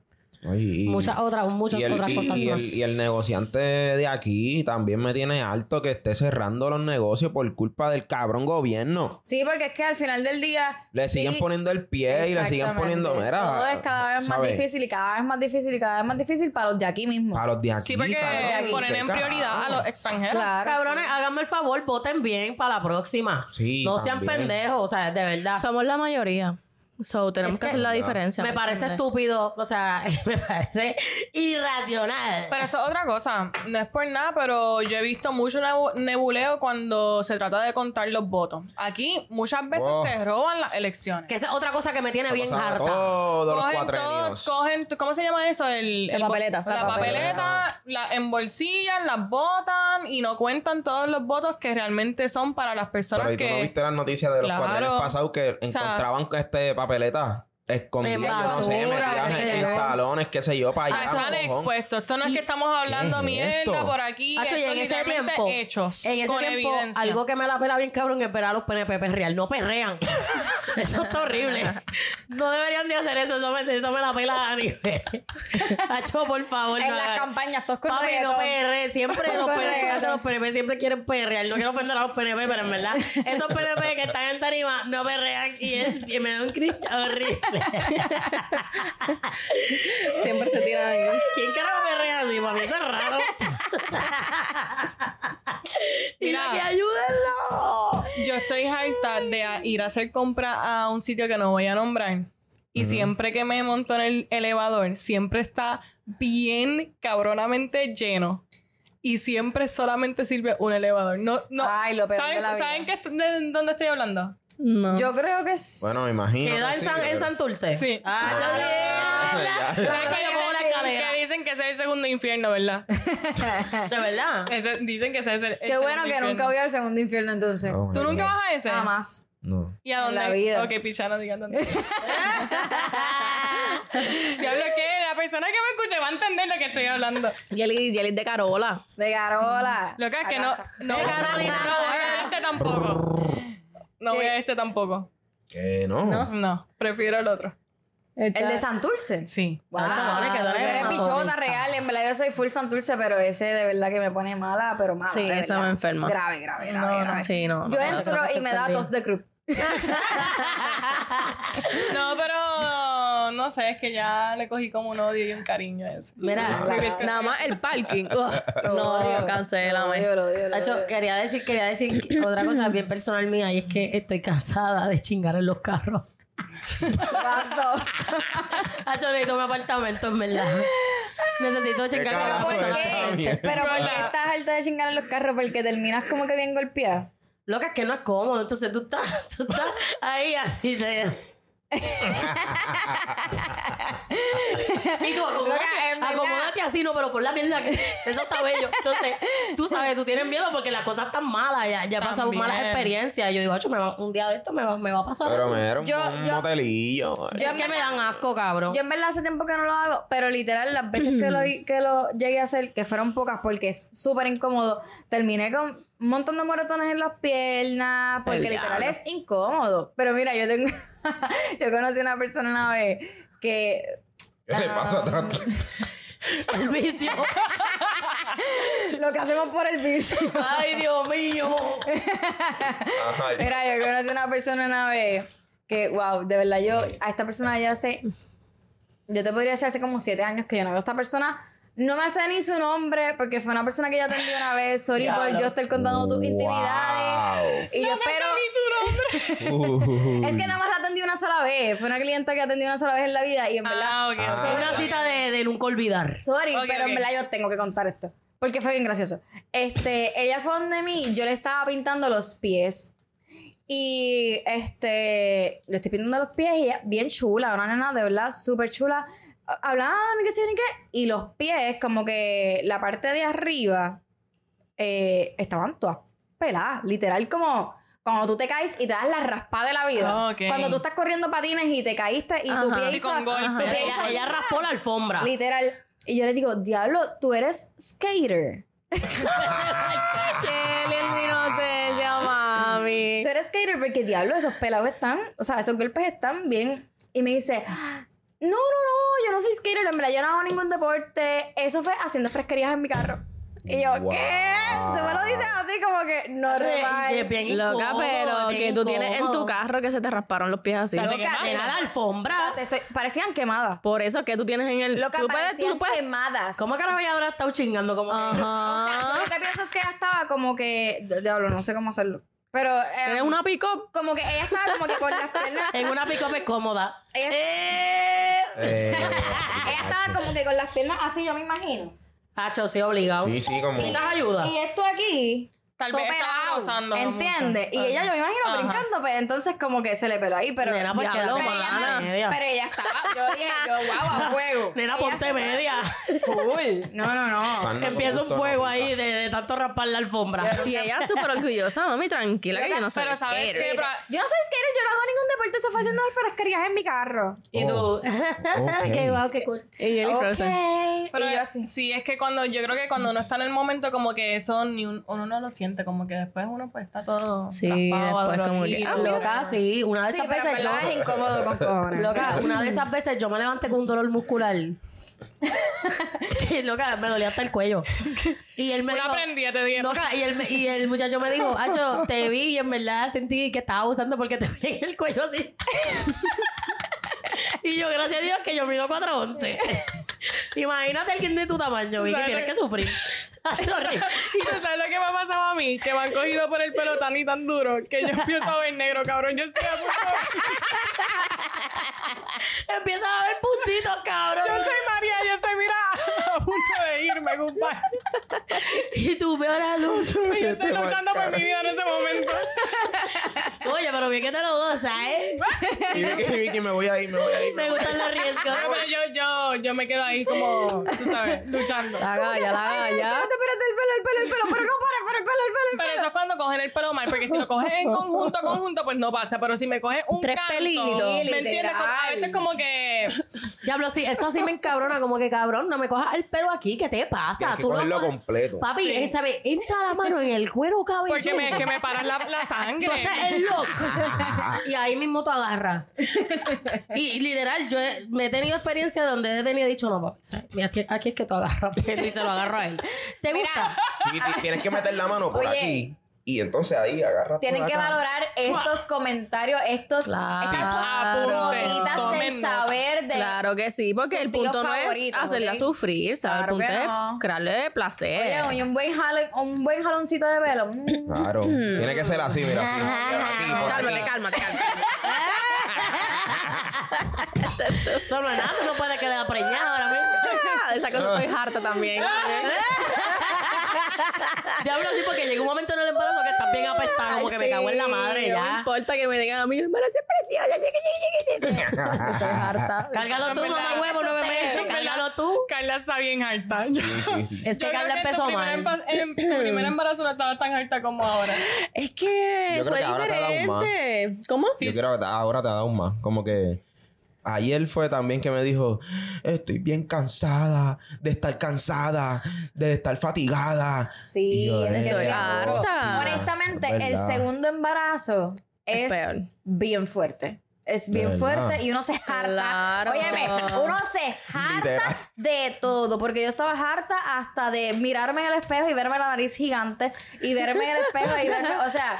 A: Ay, y-
C: Muchas otras, muchas
A: y el-
C: otras
A: y-
C: cosas
A: y
C: más.
A: el- y el negociante de aquí también me tiene alto que esté cerrando los negocios por culpa del cabrón gobierno.
D: Sí, porque es que al final del día.
A: Le
D: sí,
A: siguen poniendo el pie y le siguen
D: exactamente.
A: poniendo, mira.
D: Todo es cada vez más
A: ¿sabes? Ah.
D: difícil y cada vez más difícil y cada vez más difícil para los de aquí mismo.
A: Para los de aquí.
E: Sí, porque
A: cabrón,
E: ponen
A: del
E: en prioridad a
A: carajo.
E: los extranjeros.
D: Claro.
C: Cabrones, háganme el favor, voten bien para la próxima.
A: Sí,
C: no sean
A: también.
C: pendejos, o sea, de verdad.
B: Somos la mayoría. So, tenemos
C: Es
B: que,
C: que
B: hacer la diferencia.
C: me parece
B: entiendes?
C: estúpido, o sea, me parece irracional.
E: Pero eso es otra cosa. No es por nada, pero yo he visto mucho nebu- nebuleo cuando se trata de contar los votos. Aquí muchas veces
A: Wow.
E: se roban las elecciones.
C: que esa es otra cosa que me tiene
A: Está
C: bien
A: pasando
C: harta.
A: Todos los
E: Cogen todo,
A: cuatrenios.
E: cogen, t- ¿cómo se llama eso? El,
D: La
E: el bo-
D: papeleta.
E: La,
D: La
E: papeleta,
D: papeleta.
E: la embolsillan, las botan y no cuentan todos los votos que realmente son para las personas
A: Pero ¿y tú
E: que.
A: no viste las noticias de los
E: Claro.
A: cuatrenios pasados que
E: sea,
A: encontraban este papeleta escondidas,
C: en
A: yo no sé,
C: basura,
A: metidas
C: qué
A: en,
C: sé
A: en
C: yo.
A: salones, qué sé yo, para
E: Ah,
A: allá.
E: están
A: cojón.
E: expuestos. Esto no es que estamos hablando
A: es
E: mierda
A: esto?
E: por aquí.
C: Hacho, y
E: Esto
C: en
E: es
C: ese
E: literalmente
C: tiempo,
E: hechos.
C: en ese
E: con
C: tiempo,
E: evidencia.
C: algo que me la pela bien cabrón es ver a los PNP real. No perrean. eso está horrible. No deberían de hacer eso. Eso me, eso me la pela a nivel. Hacho, por favor,
D: En
C: no
D: las
C: hagan.
D: campañas, todos con
C: Papi, no
D: reggaetón.
C: perre, siempre los
D: Con
C: PNP,
D: reggaetón.
C: los PNP siempre quieren perrear. No quiero ofender a los PNP, pero en verdad, esos PNP que están en tarima no perrean y, es, y me da un cringe horrible.
B: Siempre se tira ahí.
C: ¿Quién carajo perrea así? Para mí eso es raro.
E: Mira.
C: Mira, que ayúdenlo.
E: Yo estoy harta de a- ir a hacer compra a un sitio que no voy a nombrar. Y siempre que me monto en el elevador, siempre está bien cabronamente lleno. Y siempre solamente sirve un elevador. No, no.
D: Ay, lo peor
E: ¿Saben,
D: de la vida.
E: ¿saben qué est- de dónde estoy hablando?
B: No.
D: Yo creo que es.
A: Bueno, me imagino.
C: ¿Queda
A: que
C: en,
A: sí,
C: San,
A: que-
C: en Santurce?
E: Sí.
C: Ah, ya,
A: Ya,
C: ya.
A: ya.
C: Pero es que yo pongo la escalera.
E: que dicen que ese es el segundo infierno, ¿verdad?
C: De verdad.
E: Ese- dicen que ese es el, el
D: Qué
E: segundo
D: bueno que
E: infierno.
D: nunca voy al segundo infierno entonces.
A: Oh, my
E: ¿Tú nunca
A: God.
E: vas a ese?
D: Nada más.
A: No.
E: ¿Y a
D: En
E: dónde?
D: la vida.
E: Ok, pichano, digan dónde. Diablo, que la persona que me escuche va a entender lo que estoy hablando.
B: Yelis, Yelis de Carola.
D: De Garola.
E: Lo que es
D: A
E: que no,
D: casa.
E: no, no voy a este tampoco. No voy a este tampoco.
A: Que no.
E: No, prefiero el otro.
D: El de Santurce.
E: Sí.
D: Wow,
C: chavales, que tú
D: tú
C: eres
D: eres
C: masoquista.
D: bichota real. En verdad, yo soy full Santurce, pero ese de verdad que me pone mala, pero mala.
B: Sí,
D: de
B: eso
D: verdad.
B: me enferma.
D: Grave, grave, grave.
E: No,
D: grave.
B: Sí, no. no.
D: Yo entro y me da tos de cruz.
E: No, pero no, no sé, es que ya le cogí como un odio y un cariño a eso.
C: Mira, la-
B: Nada más el parking.
D: Lo
B: no,
D: odio,
B: Dios,
D: lo
B: cancélame.
D: odio, lo odio, lo
C: Nacho,
D: odio.
C: quería decir, quería decir que- otra cosa bien personal mía y es que estoy cansada de chingar en los carros. Nacho, necesito un apartamento, en verdad. Necesito chingar en los
A: carajo
D: ¿Por
A: Pero
C: carros.
A: Ah, pues, está
D: qué?
A: bien.
D: Pero ¿por qué estás harta de chingar en los carros? Porque terminas como que bien golpeada.
C: Loca, es que no es cómodo. Entonces tú estás, tú estás ahí así. se- y tú acomódate,
D: Loca, en verdad.
C: acomódate así, no, pero por la mierda. que- Eso está bello. Entonces, tú
D: Pues
C: sabes, tú tienes miedo porque las cosas están malas. Ya, ya he pasado
E: También.
C: malas experiencias. Yo digo, "Acho, me va- un día de esto me va, me va a pasar.
A: Pero me dieron
D: Yo-
A: un
D: yo-
A: motelillo. eh. man.
D: Yo
C: es
D: en
C: que me
D: verdad-
C: dan asco, cabrón.
D: Yo en verdad hace tiempo que no lo hago, pero literal las veces que
C: Mm.
D: lo, que lo llegué a hacer, que fueron pocas porque es súper incómodo, terminé con un montón de moratones en las piernas, porque
C: El
D: literal
C: diablo.
D: es incómodo. Pero mira, yo tengo, yo conocí a una persona una vez que
A: ¿Qué le pasa tanto?
C: El vicio.
D: lo que hacemos por el piso.
C: Ay, Dios mío.
A: Ajá, yo-
D: Mira, yo conocí a una persona una vez que, wow, de verdad, yo a esta persona ya hace. Yo te podría decir hace como siete años que yo no veo a esta persona. No me sé ni su nombre porque fue una persona que yo atendí una vez. Sorry por yo estar contando tus intimidades. Y yo espero.
A: Uy.
D: Es que nada más la atendí una sola vez. Fue una clienta que atendí una sola vez en la vida y en verdad.
E: Ah, ok.
A: Ah.
E: ok,
C: Es una
E: ok.
C: cita de, de nunca olvidar.
D: Sorry,
E: Ok,
D: pero
E: ok.
D: en verdad yo tengo que contar esto. Porque fue bien gracioso. Este, ella fue donde mí, yo le estaba pintando los pies. Y este, le estoy pintando los pies y ella, bien chula, una nena de verdad súper chula. a- Hablaba, "Ah, ni qué sé yo ni qué. Y los pies, como que la parte de arriba, eh, estaban todas peladas. Literal, como cuando tú te caes y te das la raspada de la vida.
E: Ah, ok.
D: Cuando tú estás corriendo patines y te caíste y tu
B: Ajá.
D: pie
E: Sí,
D: hizo-
E: con golpe.
D: tu
E: Ajá.
D: pie hizo
C: Ella, ella raspó la alfombra.
D: Literal. Y yo le digo, diablo, tú eres skater.
B: Qué linda inocencia, mami.
D: Tú eres skater porque, diablo, esos pelados están, o sea, esos golpes están bien. Y me dice, no, no, no, yo no soy skater, en verdad, yo no hago ningún deporte. Eso fue haciendo fresquerías en mi carro. Y yo,
A: Wow.
D: ¿qué? Tú me lo dices así como que no
C: Re- de-
D: normal.
C: bien
B: Loca,
C: incómodo,
B: pero
C: bien
B: que tú tienes en tu
C: incómodo.
B: carro que se te rasparon los pies así.
E: O sea, te
B: Loca,
E: quemaste.
C: Era la alfombra.
D: Te estoy- parecían quemadas.
B: Por eso que tú tienes en el.
D: Lo que
B: tú puedes, tú
D: parecían
B: puedes.
D: quemadas.
C: ¿Cómo carajo ella habrá estado chingando? Como
B: Ah.
C: que,
B: Ajá.
D: Lo que pienso es que ella estaba como que, diablo, no sé cómo hacerlo. Pero... eh,
B: Tienes una pick up.
D: Como que ella estaba como que con las piernas...
C: en una pick cómoda.
D: Ella,
A: Eh,
D: ella estaba como que con las piernas así, yo me imagino.
C: Hacho, sí, obligado.
A: Sí, sí, como.
C: ¿Necesitas ayuda?
D: Y esto aquí.
E: Tal
D: todo
E: vez estaba gozando
D: ¿Entiendes?
E: mucho.
D: Y ella, yo me imagino,
E: Ajá.
D: brincando, pues entonces como que se le peló ahí, pero.
C: Nena, pues
D: Ya,
C: quédate
D: pero,
C: con
D: ella,
C: la
D: no-
C: media.
D: pero ella estaba, yo dije, yo, wow, a fuego.
C: Nena,
D: Ella
C: ponte
D: se fue
C: media.
D: Full. No, no, no.
A: Sana,
C: Empieza un
A: gusto,
C: fuego
A: no,
C: ahí de, de tanto raspar la alfombra.
A: Oh.
B: Y ella súper orgullosa, mami, tranquila, que yo no soy.
E: Pero sabes
B: skater.
E: que
D: Yo no soy skater, yo no hago ningún deporte, eso fue haciendo fresquerías en mi carro.
C: Y tú.
A: Oh, ah, Ok.
C: qué guau, qué cool.
B: Y Eli Frozen.
D: Ok.
E: Pero
D: y yo así.
E: sí, es que cuando yo creo que cuando uno está en el momento como que eso ni un- uno no lo siente, como que después uno pues está todo
B: Sí,
E: raspado,
B: después como que,
E: adolorido.
B: ah,
C: Loca, sí. Una de
D: Sí,
C: esas
D: pero en
C: veces
D: verdad es
C: yo.
D: incómodo con cojones.
C: Loca, una de esas veces yo me levanté con un dolor muscular. Y, loca, me dolía hasta el cuello. Y él me
E: Una
C: dijo,
E: prendida te dieron.
C: Loca, y el, me- y el muchacho me dijo, Acho, te vi y en verdad sentí que estaba abusando porque te vi en el cuello así. y yo, gracias a Dios, que yo mido 4'11. Imagínate alguien de tu tamaño, y que
E: ¿Sabes
C: tienes
E: lo-
C: que sufrir. Acho, horrible.
E: Y tú sabes lo que me ha pasado a mí, que me han cogido por el pelo tan y tan duro que yo empiezo a ver negro, cabrón. Yo estoy a punto.
C: Empiezas a ver puntitos, cabrón.
E: Yo soy María, yo estoy, mira, a punto de irme, compadre.
C: Y tú veo la luz.
E: Y yo estoy luchando por mi vida en ese momento.
C: Oye, pero bien que te lo gozas, ¿eh?
A: Y Vicky, Vicky, me voy a ir, me voy a ir.
C: Me gustan los riesgos.
E: No, pero yo, yo, yo me quedo ahí como, tú sabes, luchando.
B: La galla, la galla.
D: Espérate, espérate, el pelo, el pelo, el pelo, pero no para, para, el pelo, el pelo.
E: Pero eso es cuando cogen el pelo mal, porque si lo coges en conjunto, conjunto, pues no pasa. Pero si me coges un
B: Tres
E: canto,
B: pelitos.
E: ¿me entiendes? Como- a veces como que...
C: Diablo, sí, eso así me encabrona, como que cabrón, no me cojas el pelo aquí, ¿qué te pasa?
A: Tienes que
C: no
A: cogerlo
C: puedes-
A: completo.
C: Papi,
E: Sí.
C: eh, ¿sabes? Entra la mano en el cuero cabelludo.
E: Porque me, que me paras la, la sangre.
C: Tú haces el look y ahí mismo tú agarras. Y literal, yo he- me he tenido experiencia donde he tenido dicho, no, papi, ¿sabes? Mira, aquí, aquí es que tú agarras. Y se lo agarro a él. ¿Te gusta?
A: Vicky, Tienes que meter la mano por
D: Oye.
A: aquí. Y entonces ahí agarras.
D: Tienen
A: por
D: que
A: acá.
D: valorrar estos comentarios, estos,
B: Claro.
D: estas
E: Apunten,
D: notitas del
E: tomen nota.
D: saber de
B: Claro que sí, porque
D: Sus
B: el punto
D: tíos
B: no es
D: favoritos,
B: hacerla
D: ¿ok?
B: sufrir, ¿sabes?
D: Claro
B: el punto
D: que
B: es
D: no.
B: crearle placer.
D: Oye, oye, un buen, jalo- un buen jaloncito de pelo. Mm.
A: Claro. Tiene que ser así, mira. Así. Aquí, por aquí.
B: cálmate, cálmate, cálmate.
C: Solo nada, tú no puedes quedar preñada ahora mismo.
B: Ah, de esa cosa estoy harta también.
C: Te hablo así porque llega un momento en el embarazo que estás bien apestada, como
B: Ay,
C: que me cago en la
B: sí,
C: madre
B: No me
C: ya.
B: importa que me digan a mí, embarazo es precioso, ya llegué, llegué, llegué. Estoy harta.
C: Cárgalo tú, mamá huevo, nueve meses, cárgalo tú.
E: Carla está bien harta. Yo-
A: Sí, sí, sí.
C: Es que
E: yo creo
C: Carla
E: en tu
C: empezó
E: primer
C: mal.
E: empa- En tu primer embarazo no estaba tan harta como ahora.
B: Es que
A: Yo creo
B: fue
A: que ahora te ha dado más.
B: diferente. ¿Cómo?
A: Yo creo que ahora te da un más. Como que. Ayer fue también que me dijo, estoy bien cansada de estar cansada, de estar fatigada.
D: Sí,
A: Y yo,
D: es que
A: "Eh,
D: sí.
B: estoy
A: hostia,
B: harta.
D: Honestamente,
A: es
D: el
A: verdad".
D: segundo embarazo
B: Es
D: es,
B: peor.
D: bien fuerte. Es bien
A: ¿Verdad?
D: fuerte y uno se harta.
B: Claro.
D: Óyeme, uno se
A: Literal.
D: harta de todo. Porque yo estaba harta hasta de mirarme en el espejo y verme la nariz gigante y verme en el espejo y verme. O sea,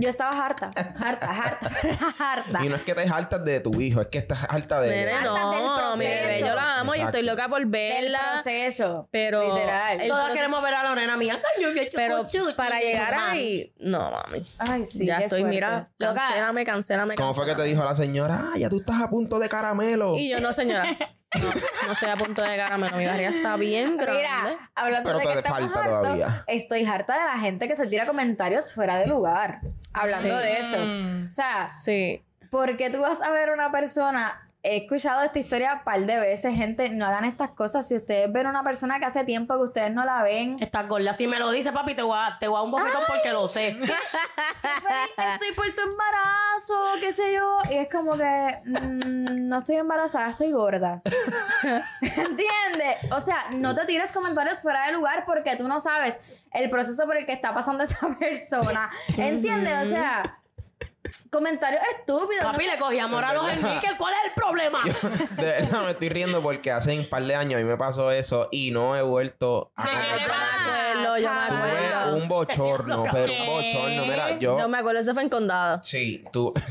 D: yo estaba harta, harta, harta, harta.
A: Y no es que estés harta de tu hijo, es que estás harta de.
B: Nene,
D: del
B: no, mi bebé,
D: proceso.
B: yo la amo, yo estoy
A: Exacto.
B: loca por
D: El
B: verla.
D: proceso.
B: Pero
D: Literal.
B: el
C: Todas
B: proceso-
C: queremos ver a Lorena mía. Ay, yo, yo, yo,
B: Pero
C: yo, yo,
B: para
C: yo, yo,
B: llegar
C: man.
B: ahí, no mami.
D: Ay, sí.
B: ya
D: qué
B: estoy,
D: fuerte.
B: mira,
C: Loca.
B: cancélame, cancélame.
A: ¿Cómo fue que te
B: cancélame.
A: dijo la señora? Ah, ya tú estás a punto de caramelo.
B: Y yo, no señora, no, no estoy a punto de caramelo, mi barriga está bien grande.
D: Mira, hablando
A: Pero
D: de
A: te
D: que estamos
A: falta
D: hartos,
A: todavía.
D: estoy harta de la gente que se tira comentarios fuera de lugar. Hablando
B: Sí.
D: de eso. O sea,
B: Sí.
D: ¿por qué tú vas a ver una persona? He escuchado esta historia un par de veces, gente, no hagan estas cosas. Si ustedes ven una persona que hace tiempo que ustedes no la ven,
C: Estás gorda. Si me lo dice, papi, te voy a, te voy a un bofetón porque lo sé.
D: "Ay, que estoy por tu embarazo, qué sé yo. Y es como que, mm, no estoy embarazada, estoy gorda. ¿Entiendes? O sea, no te tires comentarios fuera de lugar porque tú no sabes el proceso por el que está pasando esa persona. ¿Entiendes? O sea, comentarios estúpidos. no
C: Papi, le cogí amor a los Enrique. ¿Cuál es el problema?
A: De verdad me estoy riendo porque hace un par de años a mí me pasó eso y no he vuelto a
E: Me
A: conectar.
E: va.
B: acuerdo, yo me
A: Tuve un bochorno, pero un bochorno. Mira, yo.
B: Yo me acuerdo, eso fue en condado.
A: Sí, tú.
E: ¿Tú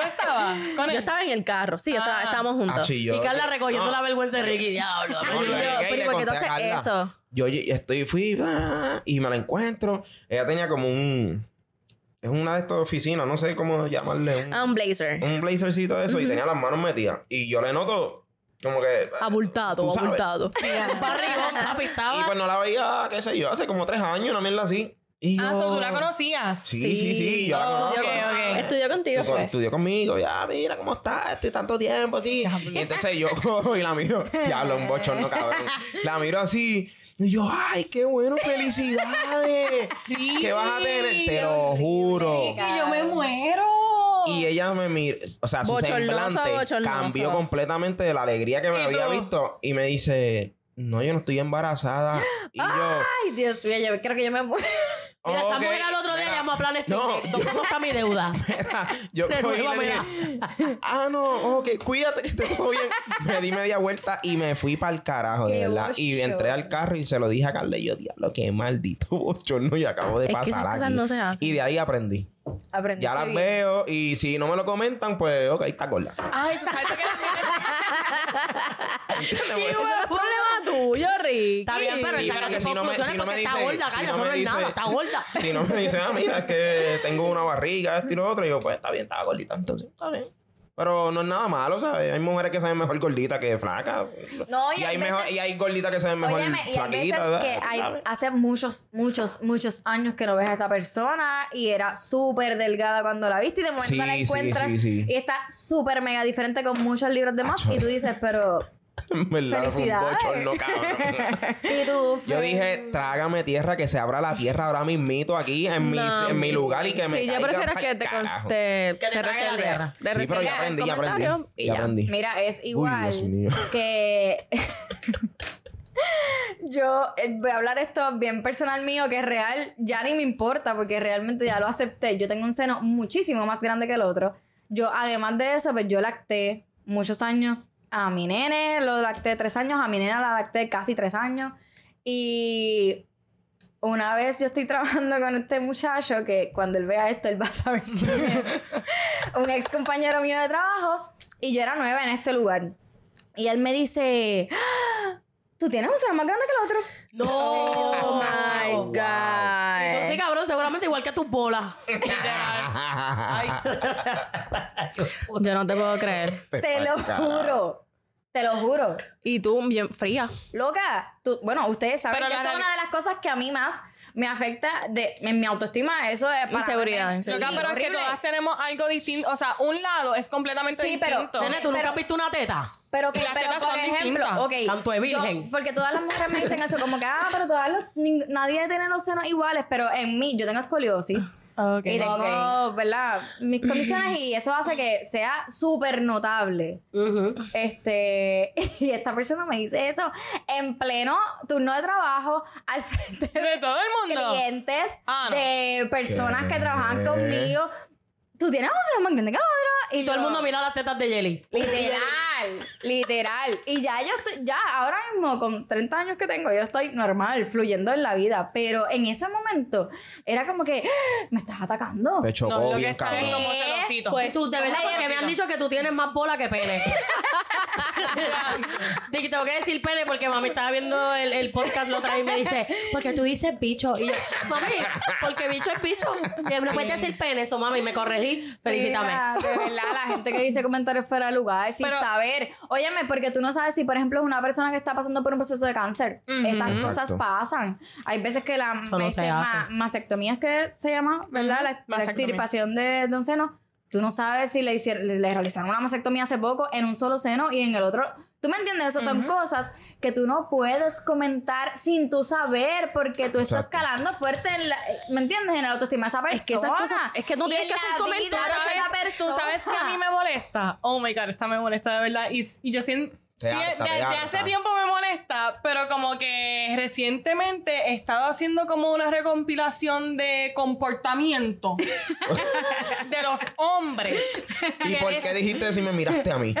E: estabas con él?
B: Yo estaba en el carro, sí, yo estaba,
E: Ah.
B: estábamos juntos.
A: Achi, yo-
C: Y Carla recogiendo
A: No.
C: la vergüenza de Ricky. Diablo.
A: No, yo
B: Yo,
A: llegué y
B: pero
A: le
B: ¿y por
A: conté
B: qué
A: a
B: tú haces
A: Carla.
B: eso?
A: Yo lle- estoy, fui ah, y me la encuentro. Ella tenía como un. Es una de estas oficinas, no sé cómo llamarle. Un,
B: Ah, un blazer.
A: un blazercito de eso y tenía las manos metidas. Y yo le noto como que. ah,
B: Abultado,
A: tú sabes.
B: abultado.
C: Un barrigón, papi,
A: Y
C: estaba.
A: pues no la veía, qué sé yo, hace como tres años, una mierda así. Y
E: Ah,
A: yo-
E: so, tú la conocías.
A: Sí, sí, sí, yo la
E: Oh,
A: conozco.
E: ok, ok.
B: Estudió
A: Estudió
B: contigo, pues.
A: con-
B: fue.
A: Estudió conmigo, ya, mira cómo está, este tanto tiempo, así. Y entonces yo cojo y la miro, ya, lo bochorno, cabrón. La miro así, y yo, ay, qué bueno, felicidades. ¿Qué vas a tener? Te lo juro.
E: Y yo me muero.
A: Y ella me mira, o sea, su
B: Bochornosa,
A: semblante
B: bochornosa.
A: cambió completamente de la alegría que me
E: Y
A: había
E: tú.
A: visto y me dice, no, yo no estoy embarazada. Y yo,
D: Ay, Dios mío, yo creo que yo me muero.
C: Mira,
A: ok,
C: esa mujer al otro día
A: mira,
C: llamó a planes
A: No,
C: no. ¿Cómo está mi deuda?
A: Espera, yo
C: De
A: cogí y
C: nuevo,
A: le dije, ah, no, ok, cuídate que esté todo bien. me di media vuelta y me fui para el carajo, de
D: Qué
A: verdad. Y
D: bochorno.
A: entré al carro y se lo dije a Carla y yo, diablo, qué maldito bochorno y acabo de
B: Es que
A: pasar
B: esas cosas
A: aquí".
B: no se hacen.
A: Y de ahí aprendí.
D: Aprendí
A: Ya las
D: bien.
A: veo y si no me lo comentan, pues, ok, está gorda.
E: Ay, tú sabes que
B: Eso no es problema tuyo, Ricky.
C: Está bien, pero
A: Sí,
C: saca
A: pero que
C: tus
A: si no me-
C: conclusiones
A: si no me
C: porque
A: dice-
C: está gorda,
A: si
C: Carla.
A: no
C: eso
A: me
C: no es
A: dice-
C: nada, está gorda.
A: Si no me dicen, ah, mira, es que tengo una barriga, esto y lo otro, y yo, pues, está bien, estaba gordita, entonces, está bien. Pero no es nada malo, ¿sabes? Hay mujeres que saben mejor gordita que flaca.
D: No, y
A: hay,
D: hay
A: mejor,
D: veces-
A: y hay gorditas que saben mejor
D: Óyeme, y hay veces
A: flaquita,
D: que hay-
A: ¿sabes?
D: hace muchos, muchos, muchos años que no ves a esa persona y era súper delgada cuando la viste y de momento
A: Sí,
D: la
A: sí,
D: encuentras
A: sí, sí.
D: y está súper mega diferente con muchos libros de más
A: Acho.
D: y tú dices, pero...
A: En verdad, fue un
D: Felicidades.
A: bochorno, cabrón.
D: Y tú,
A: Yo dije, trágame tierra, que se abra la tierra ahora mismito aquí en, mi,
B: No.
A: en mi lugar y que me
B: Sí, yo
A: caiga
B: prefiero
A: pa'l
B: que te, con-
A: carajo.
B: te,
C: Que te
B: se
C: trague la
B: reserve.
C: tierra.
B: De
A: Sí, pero
B: reserve
A: ya aprendí,
B: el
A: ya aprendí.
B: comentario y
A: Ya
B: ya.
A: aprendí.
D: Mira, es igual
A: Dios mío.
D: que yo eh, voy a hablar esto bien personal mío, que es real, ya ni me importa porque realmente ya lo acepté. Yo tengo un seno muchísimo más grande que el otro. Yo, además de eso, pues yo lacté muchos años a mi nene, lo lacté tres años, a mi nena la lacté casi tres años. Y Una vez yo estoy trabajando con este muchacho que cuando él vea esto, él va a saber quién es. Un ex compañero mío de trabajo y yo era nueva en este lugar. Y él me dice, "Ah, tú tienes un ser más grande que el otro.
C: No.
B: Oh my
A: wow.
B: God.
C: Entonces, cabrón, seguramente igual que tus bolas.
B: Yo no te puedo creer.
D: Te lo juro. Te lo juro.
B: Y tú, bien fría.
D: Loca, tú- bueno, ustedes saben
E: Pero
D: que
E: la
D: esto es
E: reali-
D: una de las cosas que a mí más me afecta de, en mi autoestima. Eso es para
B: Inseguridad,
D: mí-
E: Loca,
D: Sí,
E: pero es que
D: horrible.
E: todas tenemos algo distinto. O sea, un lado es completamente
D: Sí, pero-
E: distinto.
C: Nene, ¿tú
D: Pero-
C: nunca has visto una teta?
D: Pero, que,
E: Y las
D: pero
E: tetas
D: por
E: son
D: ejemplo,
E: distintas.
D: ok.
C: Tanto de virgen.
D: yo- porque todas las mujeres me dicen eso, como que, ah, pero todas las- ning- nadie tiene los senos iguales, pero en mí, yo tengo escoliosis.
E: Ok.
D: Y tengo, ¿verdad? Mis condiciones y eso hace que sea súper notable. Este, y esta persona me dice eso en pleno turno de trabajo, al frente de
E: De todo el mundo.
D: clientes,
E: Ah, no.
D: de personas que
A: ¿Qué?
D: trabajan conmigo. Tú tienes un ser más grande que la otra.
C: Y todo el
D: yo-
C: mundo mira las tetas de Jelly.
D: Literal, literal. Y ya yo estoy, ya ahora mismo con 30 años que tengo, yo estoy normal, fluyendo en la vida. Pero en ese momento era como que, "Ah, me estás atacando.
A: Te
E: No,
A: chocó
E: lo que
A: bien,
E: está es
A: cabrón.
E: como celosito.
C: Pues tú, de verdad, porque me han dicho que tú tienes más bola que pene. Te tengo que decir pene porque mami estaba viendo el, el podcast la otra vez y me dice, porque tú dices bicho. Y yo, mami, porque bicho es bicho. Y no puedes decir pene, eso mami, me corregí. Felicítame.
D: Mira, de ah, pues, verdad, la gente que dice comentarios fuera de lugar, sin
E: Pero-
D: saber. Óyeme, porque tú no sabes si, por ejemplo, es una persona que está pasando por un proceso de cáncer.
E: Ujú.
D: Esas cosas
A: Exacto.
D: pasan. Hay veces que la
C: Eso no
D: este,
C: se hace.
D: ma- mastectomía es que se llama, ¿verdad?
E: Ujú,
D: La- La,
E: mastectomía.
D: extirpación de, de un seno. Tú no sabes si le, hicieron, le, le realizaron una mastectomía hace poco en un solo seno y en el otro. ¿Tú me entiendes? Esas son cosas que tú no puedes comentar sin tú saber porque tú estás
A: Exacto.
D: calando fuerte en la, ¿me entiendes? En la autoestima de esa persona.
B: Es que esas cosas- es que no
D: Y
B: tienes que
D: la
B: hacer
D: vida
B: comentarios
D: de esa
B: ¿sabes?
E: Tú sabes que a mí me molesta. Oh my god, esta me molesta de verdad. Y, y yo siento.
A: Te harta,
E: de,
A: te
E: de
A: harta.
E: hace tiempo me molesta, pero como que recientemente he estado haciendo como una recompilación de comportamiento de los hombres.
A: ¿Y
E: Que
A: por
E: es-
A: qué dijiste si me miraste a mí?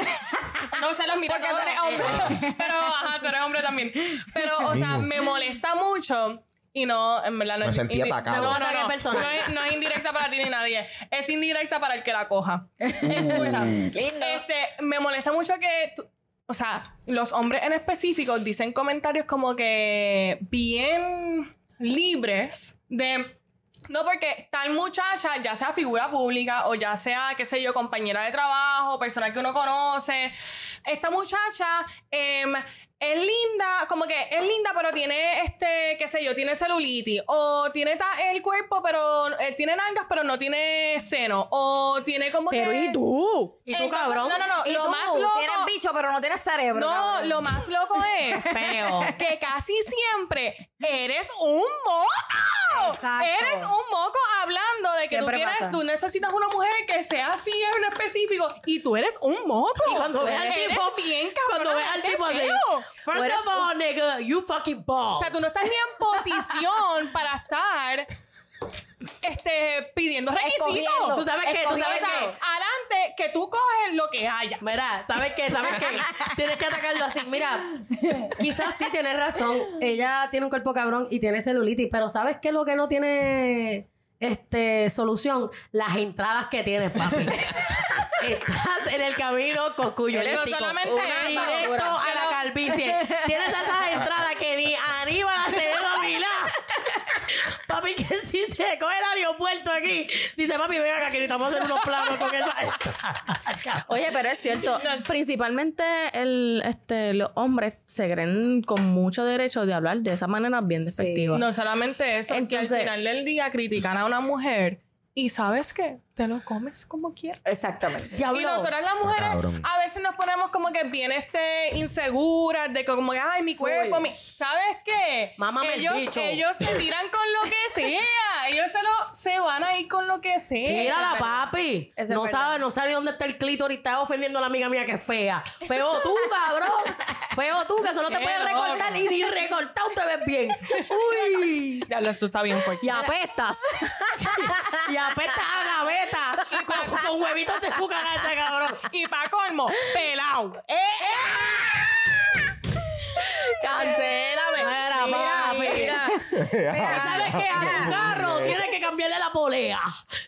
E: No se los mira Porque tú eres hombre. Pero, ajá, tú eres hombre también. Pero, o sea, me molesta mucho. Y no, en verdad no
A: Me
E: es
A: sentí
E: indi-
A: atacado.
E: No, no,
C: Ataque
E: no.
C: personal.
E: No es, no es indirecta para ti ni nadie. Es indirecta para el que la coja. Escucha. Este, me molesta mucho que. tú- o sea, los hombres en específico dicen comentarios como que bien libres de. No, porque tal muchacha, ya sea figura pública o ya sea, qué sé yo, compañera de trabajo, persona que uno conoce, esta muchacha em, es linda, como que es linda, pero tiene, este, qué sé yo, tiene celulitis, o tiene ta- el cuerpo, pero eh, tiene nalgas, pero no tiene seno, o tiene como
B: Pero
E: que...
B: ¿y tú?
C: Y tú,
E: Entonces,
C: cabrón,
E: No, no, no,
D: Y
E: lo
D: tú
E: más loco...
D: tienes bicho, pero no tienes cerebro.
E: no,
D: cabrón.
E: lo más loco es
C: feo.
E: que casi siempre eres un moco.
D: Exacto.
E: Eres un moco hablando de que tú,
D: Siempre
E: tienes-
D: pasa.
E: tú necesitas una mujer que sea así en específico y tú eres un moco.
C: Y cuando ves al
E: Eres
C: tipo-
E: bien cabrón.
C: Cuando ves al tipo así,
E: O
C: first
E: eres
C: of all, nigga, you fucking ball.
E: O sea, tú no estás ni en posición para estar este, pidiendo requisitos.
D: Escogiendo.
C: Tú sabes que, tú
E: O
C: sabes
E: sea,
C: que.
E: adelante, que tú coges lo que haya.
C: Mira, ¿sabes qué? ¿Sabes qué? Tienes que atacarlo así. Mira, quizás sí tienes razón. Ella tiene un cuerpo cabrón y tiene celulitis, pero ¿sabes qué? es Lo que no tiene este solución, las entradas que tienes, papi. Estás en el camino con cuyo
E: Pero
C: eléctrico.
E: solamente
C: Una
E: eso.
C: directo a la
E: Pero-
C: calvicie. Tienes esas entradas que ni Aníbal Acevedo Milá. Papi, que si te coge el aeropuerto aquí, dice, papi, ven acá que necesitamos hacer unos planos con esa
B: Oye, pero es cierto. Principalmente el, este, los hombres se creen con mucho derecho de hablar de esa manera bien despectiva.
E: No solamente eso, que
B: Entonces-
E: al final del día critican a una mujer y sabes qué, te lo comes como quieras.
D: Exactamente.
C: Diablo.
E: Y nosotras las mujeres
A: Cabrón.
E: a veces nos ponemos como que bien este inseguras de que como que ay mi cuerpo, mi... ¿sabes qué?
C: Mámame el
E: ellos,
C: bicho.
E: ellos se tiran con lo que sea, ellos se lo se van a ir con lo que sea.
C: Mírala, papi.
D: Eso es
C: no
D: Eh, verdad.
C: sabe, no sabe dónde está el clítoris. Está ofendiendo a la amiga mía que es fea. Feo tú, cabrón. Feo tú, que eso no te
E: Qué
C: puedes recortar.
E: loco.
C: Y ni recortado te ves bien. Uy.
E: Diablo, eso está bien fuerte.
C: Y apestas. y apestas a gaveta. Con, con huevitos de cucaracha, cabrón.
E: Y pa' colmo, pelao.
C: Cancélame. Mira, papi.
D: mira. Mira,
C: ¿Sabes qué? A tu carro tienes que cambiarle la polea.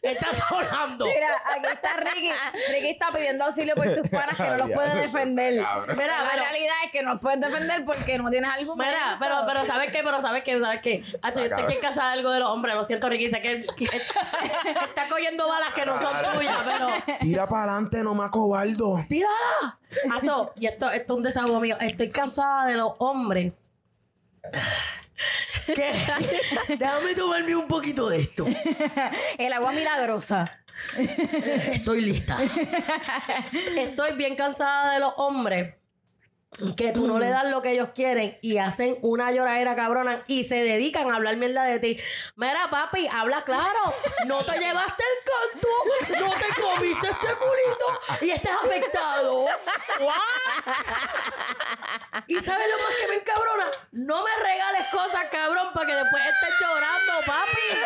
C: Estás sonando.
D: Mira, aquí está Ricky. Ricky está pidiendo auxilio por sus panas que no los puede defender. Mira, la
C: pero-
D: realidad es que no los puedes defender porque no tienes algo
C: Mira, pero, pero ¿sabes qué? Pero ¿sabes qué? ¿Sabes qué? Hacho, yo estoy aquí en casa de algo de los hombres. Lo siento, Ricky. Sé que, que- está cogiendo balas que no son tuyas, pero...
A: Tira para adelante, no me acobardo.
C: ¡Tírala! Hacho, y esto, esto es un desahogo mío. Estoy cansada de los hombres. ¿Qué? Déjame tomarme un poquito de esto.
D: El agua milagrosa.
C: Estoy lista. Estoy bien cansada de los hombres que tú no le das lo que ellos quieren y hacen una lloradera cabrona y se dedican a hablar mierda de ti. Mira, papi, habla claro. No te llevaste el canto, no te comiste este culito y estás afectado. ¿What? ¿Y sabes lo más que me encabrona? No me regales cosas, cabrón, para que después estés llorando, papi.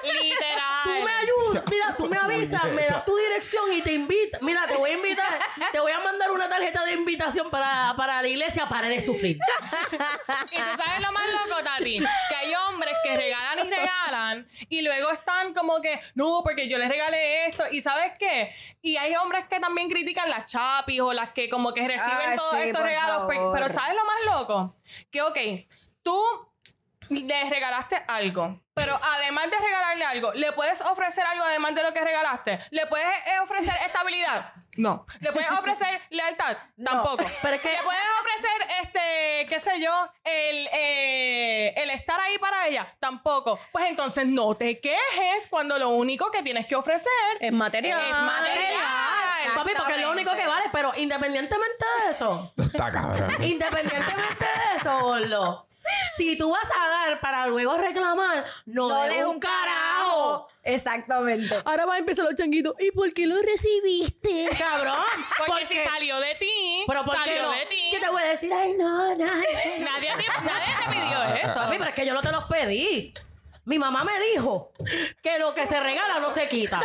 C: Tú me
E: Literal.
C: ayudas, mira, tú me avisas, me das tu dirección y te invito. Mira, te voy a invitar, te voy a mandar una tarjeta de invitación para, para la iglesia, para de sufrir.
E: Y tú sabes lo más loco, Tati, que hay hombres que regalan y regalan y luego están como que, no, porque yo les regalé esto. ¿Y sabes qué? Y hay hombres que también critican las chapis o las que como que reciben
D: Ay,
E: todos
D: sí,
E: estos
D: por
E: regalos. pe-
D: favor.
E: Pero ¿sabes lo más loco? Que, ok, tú le regalaste algo. Pero además de regalarle algo, ¿le puedes ofrecer algo además de lo que regalaste? ¿Le puedes eh, ofrecer estabilidad? No. ¿Le puedes ofrecer lealtad? Tampoco.
C: pero es que-
E: ¿Le puedes ofrecer, este, qué sé yo, el, eh, el estar ahí para ella? Tampoco. Pues entonces no te quejes cuando lo único que tienes que ofrecer
B: Es material.
E: es material.
C: ah, Papi, porque es lo único que vale, pero independientemente de eso,
A: Está cabrón.
C: independientemente de eso, Orlo, si tú vas a dar para luego reclamar, no,
D: No
C: des
D: de
C: un carajo.
D: Exactamente.
B: Ahora va a empezar los changuitos. ¿Y por qué lo recibiste?
C: Cabrón,
E: Porque, si salió de ti,
C: pero ¿por qué
E: salió
C: no?
E: de ti.
C: Yo te voy a decir, ay, no, no.
E: Nadie, te, nadie te pidió eso.
C: Papi, pero es que yo no te los pedí. Mi mamá me dijo que lo que se regala no se quita.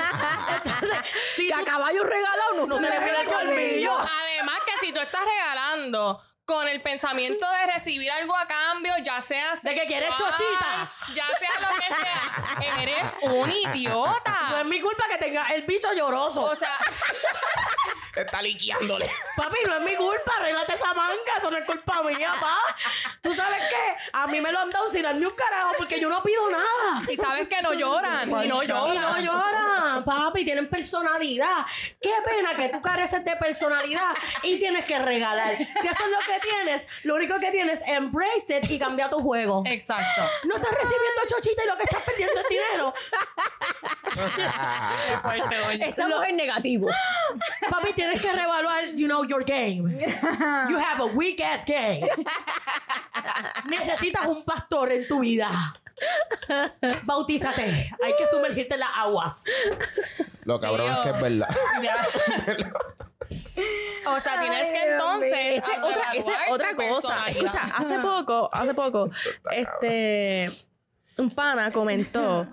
C: Entonces, si a caballo regalado no, se le mira el colmillo.
E: Además que si tú estás regalando con el pensamiento de recibir algo a cambio, ya sea
C: De que quieres
E: sexual,
C: chochita.
E: ya sea lo que sea, eres un idiota.
C: No es mi culpa que tenga el bicho lloroso.
E: o sea,
A: Está liqueándole.
C: Papi, no es mi culpa, arréglate esa manga, eso no es culpa mía, pa. ¿Tú sabes qué? A mí me lo han dado sin darme un carajo porque yo no pido nada.
E: y sabes que no lloran, y no
C: Y no
E: lloran.
C: lloran, papi, tienen personalidad. Qué pena que tú careces de personalidad y tienes que regalar. Si eso es lo que tienes, lo único que tienes, embrace it y cambia tu juego.
E: Exacto.
C: No estás recibiendo chochita y lo que estás perdiendo es dinero.
B: Estamos en negativo.
C: Papi, tienes que reevaluar, you know, your game. You have a weak ass game. Necesitas un pastor en tu vida. Bautízate. Hay que sumergirte en las aguas.
A: Lo cabrón
E: Sí,
A: es que
E: o-
A: es verdad.
E: O sea, tienes que entonces.
B: Esa es otra, esa es
E: evaluar
B: otra
E: tu
B: cosa.
E: personalidad.
B: Escucha, hace poco, hace poco, este, un pana comentó.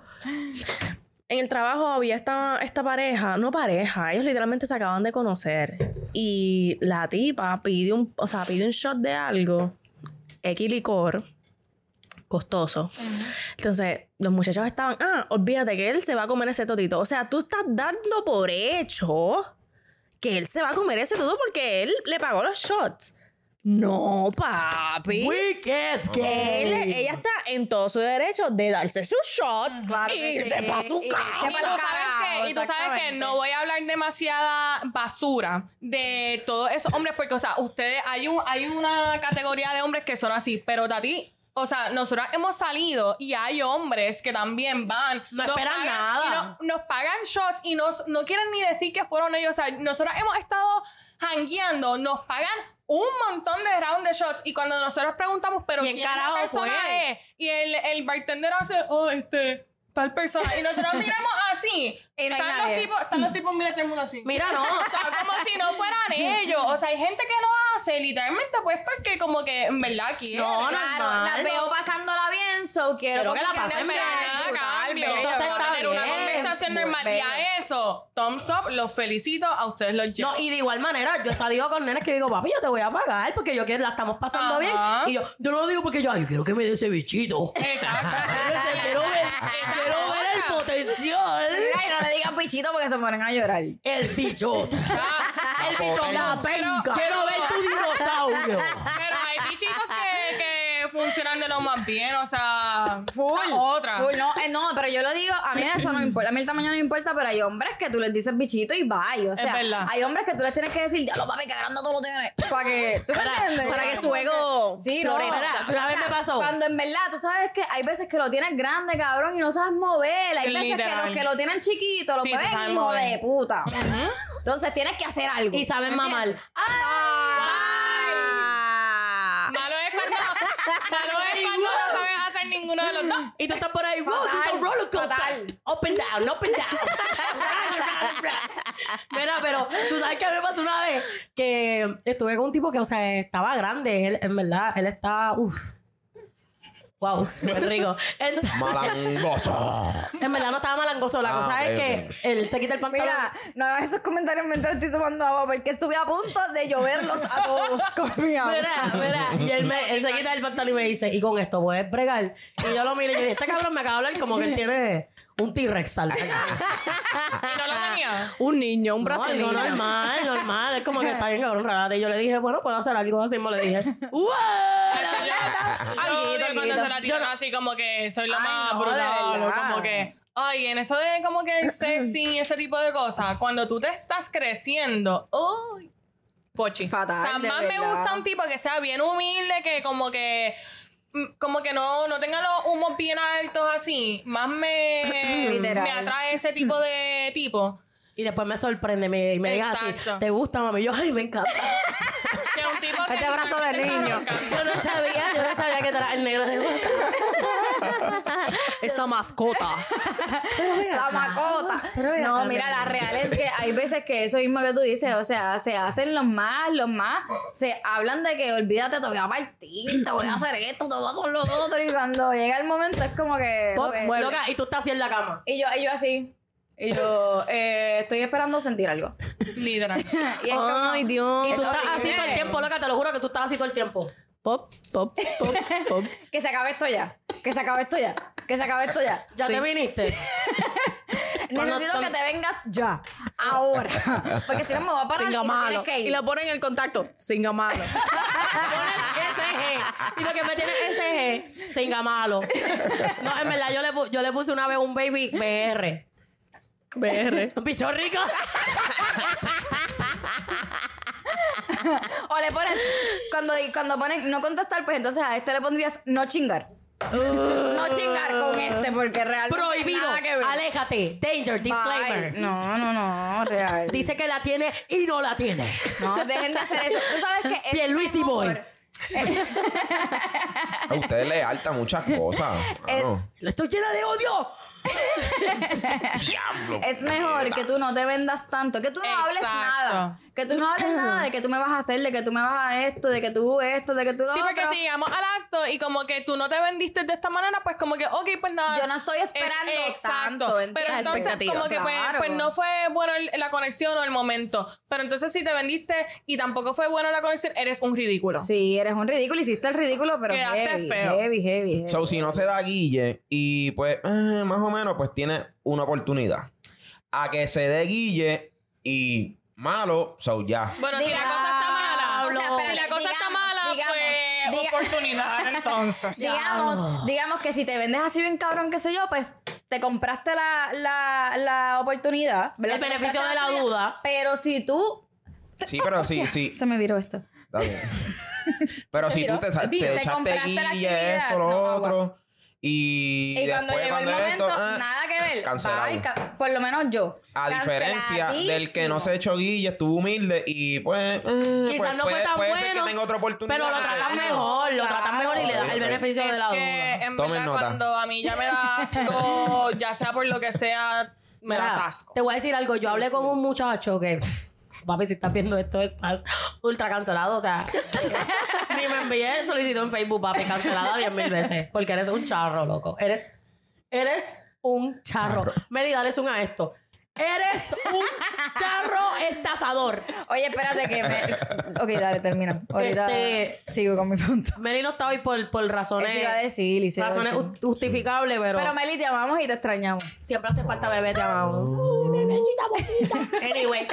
B: En el trabajo había esta, esta pareja, no pareja, ellos literalmente se acaban de conocer. Y la tipa pide un, o sea, pide un shot de algo, X licor, costoso. Entonces, los muchachos estaban, ah, olvídate que él se va a comer ese totito. O sea, tú estás dando por hecho que él se va a comer ese todo porque él le pagó los shots. No, papi.
C: Weak ass
B: Él- ella está en todo su derecho de darse su shot y irse pa' su casa.
E: Y tú, sabes que, y tú sabes que no voy a hablar demasiada basura de todos esos hombres, porque, o sea, ustedes, hay, un, hay una categoría de hombres que son así, pero Tati, o sea, nosotros hemos salido y hay hombres que también van.
C: No
E: nos
C: esperan
E: pagan-
C: nada.
E: y no- nos pagan shots y nos, no quieren ni decir que fueron ellos. O sea, nosotros hemos estado hangueando, nos pagan un montón de round de shots y cuando nosotros preguntamos, pero
C: ¿Quién
E: ¿quién es la
C: carajo
E: persona
C: fue?
E: es? Y el, el bartender hace, oh, este, tal persona. Y nosotros miramos así.
D: Y no hay
E: están,
D: nadie.
E: los tipos, están los tipos, mira todo el mundo así.
C: Mira, no.
E: O sea, como si no fueran ellos. O sea, hay gente que lo hace literalmente pues porque como que en verdad quiere.
C: No, no,
D: Claro,
C: normal.
D: la ah, veo pasándola bien, so quiero
C: Pero que
D: como
C: la pasen
D: tenga
E: bien,
D: disfrutar,
E: cambio.
C: Eso
E: vamos a
C: está
E: tener una
C: bien.
E: conversación normal.
D: Bueno.
E: Y a eso, thumbs up, los felicito, a ustedes los llevo.
C: No, y de igual manera, yo he salido con nenes que digo, papi, yo te voy a pagar porque yo quiero, la estamos pasando
E: Ajá.
C: bien. Y yo, yo no lo digo porque yo, ay, quiero que me dé ese bichito.
E: Exacto.
C: Ese, quiero ver, quiero ver el potencial.
D: Mira, y no le digan pichito porque se ponen a llorar.
C: El bichota.
E: Ah,
C: El bichota. La penca.
E: Pero-
C: Quiero ver tu dinosaurio.
E: Pero hay bichitos que, que funcionan de lo más bien, o sea,
D: Full.
E: esa es otra.
D: Full, no, eh, no, pero yo lo digo, a mí eso no me importa, a mí el tamaño no me importa, pero hay hombres que tú les dices bichito y bye. O sea,
E: verdad.
D: hay hombres que tú les tienes que decir, ya lo papi, que grande tú lo tienes. Para que, ¿tú me entiendes?
B: para que su
D: Como
B: ego
D: Sí, no,
B: florezca.
D: o sea,
C: Una vez me pasó.
D: Cuando en verdad, tú sabes que hay veces que lo tienes grande, cabrón, y no sabes mover. Hay veces que
E: Literal.
D: los que lo tienen chiquito, lo
E: Sí, se
D: mueven,
E: saben
D: hijo
E: mover.
D: de puta. Entonces tienes que hacer algo.
C: Y saben
D: ¿me
C: mamar.
D: entiendes?
E: Malo es cuando, malo es cuando no sabes hacer ninguno de los dos.
C: Y tú estás por ahí, wow, tú
D: Fatal,
C: estás roller coaster.
D: fatal.
C: Up and down, up and down. Mira, pero tú sabes que a mí me pasó una vez que estuve con un tipo que, o sea, estaba grande. Él, en verdad, él estaba, uff. Wow, súper rico. Él-
A: Malangoso.
C: en verdad no estaba malangoso. La
A: Ah,
C: cosa
A: ok,
C: es que
A: ok.
C: él se quita el pantalón.
F: Mira, no hagas esos comentarios mientras estoy tomando agua porque estuve a punto de lloverlos a todos con mi agua.
C: Mira, mira. Y él, me, él se quita el pantalón y me dice, ¿y con esto puedes bregar? Y yo lo miro y yo dije, este cabrón me acaba de hablar como que él tiene un T-Rex al
E: Y no lo
C: Ah,
E: tenía.
B: Un niño, un
C: No,
B: brasileño.
C: digo, normal, normal. Es como que está bien cabrón, rárate. Y yo le dije, bueno, puedo hacer algo así. Me le dije, ¡Uah!
E: Eso yo- Yo odio
D: Alguito,
E: cuando se la
D: alguito.
E: tiran así como que soy lo
D: Ay,
E: más
D: no, de
E: brutal o
D: verdad.
E: como que ay en eso de como que el sexy y ese tipo de cosas cuando tú te estás creciendo uy pochi
F: Fatal,
E: o sea
F: de
E: más me
F: verdad.
E: gusta un tipo que sea bien humilde que como que mm, como que no, no tenga los humos bien altos así. Más me,
D: Literal.
E: me atrae ese tipo de tipo.
C: Y después me sorprende me, y me diga así,
E: Exacto.
C: ¿te gusta, mami? Yo, ay, me encanta.
E: Que un tipo que
F: Este abrazo de
E: literalmente está
F: niño.
E: roncando.
C: Yo no sabía, yo no sabía que era el negro de voz.
B: Esta mascota.
D: La macota. No, mira, la real es que hay veces que eso mismo que tú dices, o sea, se hacen los más, los más, se hablan de que olvídate, te voy a partir, te voy a hacer esto, te voy a hacer lo otro, y cuando llega el momento es como que... ok.
C: Loca, y tú estás así en la cama.
D: Y yo, y yo así, y yo, eh, estoy esperando sentir algo.
E: Literal.
D: Y es como-
B: Ay, Dios.
C: Y tú estás así
D: horrible.
C: todo el tiempo, loca, te lo juro que tú estás así todo el tiempo.
B: Pop, pop, pop, pop.
D: que se acabe esto ya, que se acabe esto ya, que se acabe esto ya.
C: Ya te viniste. Cuando-
D: Necesito
C: cuando-
D: que te vengas ya, ahora, porque si no me voy a parar y
B: Singa
D: te
B: malo.
D: tienes que ir.
B: Y lo ponen en el contacto. Singa malo.
C: SG. Y lo que me tiene es SG, singa malo. No, en verdad, yo le, pu- yo le puse una vez un baby BR.
B: BR.
C: Un bicho rico.
D: O le pones, cuando, cuando pones no contestar, pues entonces a este le pondrías no chingar. no chingar con este, porque realmente.
C: Prohibido.
D: nada que ver.
C: Aléjate. Danger. Disclaimer. Mm.
D: Bye. No, no, no, real.
C: Dice que la tiene y no la tiene.
D: No, dejen de hacer eso. Tú sabes que. es
C: Pierluisi
D: mejor-
C: boy.
A: A ustedes les alta muchas cosas. mano.
C: Estoy llena de odio.
D: Es mejor que tú no te vendas tanto, que tú no hables
E: Exacto.
D: nada. Que tú no hables nada de que tú me vas a hacer, de que tú me vas a esto, de que tú esto, de que tú lo
E: Sí, porque
D: otro.
E: si llegamos al acto y como que tú no te vendiste de esta manera, pues como que, ok, pues nada.
D: Yo no estoy esperando tanto, ¿entiendes?
E: Pero entonces
D: Expectativas.
E: como que pues,
D: Claro.
E: pues no fue bueno el- la conexión o el momento. Pero entonces si te vendiste y tampoco fue buena la conexión, eres un ridículo.
D: Sí, eres un ridículo, hiciste el ridículo, pero
E: Quedaste
D: heavy,
E: feo.
D: heavy, heavy, heavy.
A: So, si no se da Guille y pues eh, más o menos pues tiene una oportunidad. A que se dé Guille y malo, so ya.
E: Bueno, si la
D: Diga-
E: cosa está mala,
D: O sea,
E: si
D: espérate,
E: la cosa está
D: digamos,
E: mala,
D: digamos,
E: pues
D: diga-
E: oportunidad entonces.
D: Digamos, digamos que si te vendes así bien cabrón, qué sé yo, pues te compraste la, la, la oportunidad. ¿verdad?
C: El
D: Te
C: beneficio
D: compraste
C: de la
D: oportunidad,
C: duda.
D: Pero si tú...
A: Sí, pero sí, sí.
D: Se me viró esto.
A: Está bien. Pero si tú te, sal-
D: Te
A: te echaste
D: compraste la
A: Guille,
D: actividad,
A: esto, lo
D: no,
A: otro. Y,
D: Y, cuando
A: después,
D: llegó el
A: cuando
D: momento,
A: esto, ah,
D: nada que ver.
A: cancelado.
D: Bye, ca- por lo menos yo.
A: A diferencia del que no
D: Canceladísimo.
A: se echó Guille, estuvo humilde y pues. eh,
C: Quizás
A: pues,
C: no
A: puede,
C: fue tan
A: puede ser
C: bueno,
A: que tenga otra oportunidad.
C: Pero lo tratan mejor. Lo tratan mejor y le
A: Ok,
C: dan el
A: ok.
C: beneficio de la
E: Es que
C: duda.
E: en
A: Tomen
E: verdad
A: nota.
E: cuando a mí ya me da asco, ya sea por lo que sea, me das
C: Mira,
E: asco.
C: Te voy a decir algo. Yo hablé con un muchacho que... Papi, si estás viendo esto, estás ultra cancelado. O sea, ni me envié el solicito en Facebook, papi, cancelada diez mil veces. Porque eres un charro, loco. Eres... Eres un charro. Meli, dale zoom a esto. Eres un charro estafador.
D: Oye, espérate que me... Ok, dale, termina. Ahorita
C: Este-
D: sigo con mi punto.
C: Meli no está hoy por, por razones,
D: Eso iba a decir, y se iba a
C: razones
D: decir.
C: ju- justificables, pero,
D: Pero Meli, te amamos y te extrañamos.
C: siempre hace falta bebé, te amamos. Ay, bebecita bonita. Anyway,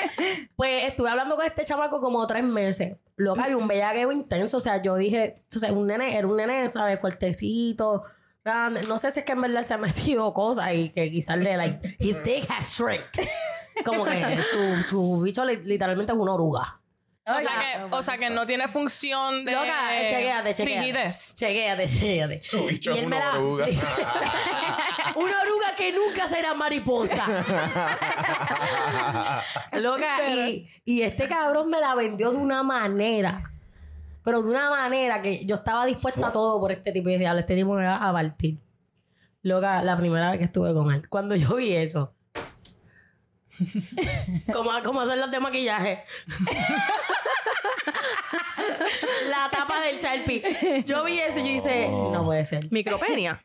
C: pues estuve hablando con este chamaco como tres meses. Loca, había un bellaqueo intenso. O sea, yo dije, o sea, un nene, era un nene, ¿sabes? Fuertecito, grande. No sé si es que en verdad se ha metido cosas y que quizás le, like, his dick has shrink. Como que su, su bicho li- literalmente es una oruga.
E: O sea, que, o sea que no tiene función de.
C: Loca, eh, chequéate, chequéate.
E: Rigidez.
C: Chequéate, chequéate.
G: Su bicho
C: Y
G: es
C: él
G: una
C: me la-
G: oruga.
C: una oruga que nunca será mariposa. Loca, y, y este cabrón me la vendió de una manera. Pero de una manera que yo estaba dispuesta a todo por este tipo. Y decía, "Diablo, este tipo me va a partir. Loca, la primera vez que estuve con él. Cuando yo vi eso. como, como hacer las de maquillaje. la tapa del Sharpie. Yo vi eso y yo hice, no puede ser.
B: Micropenia.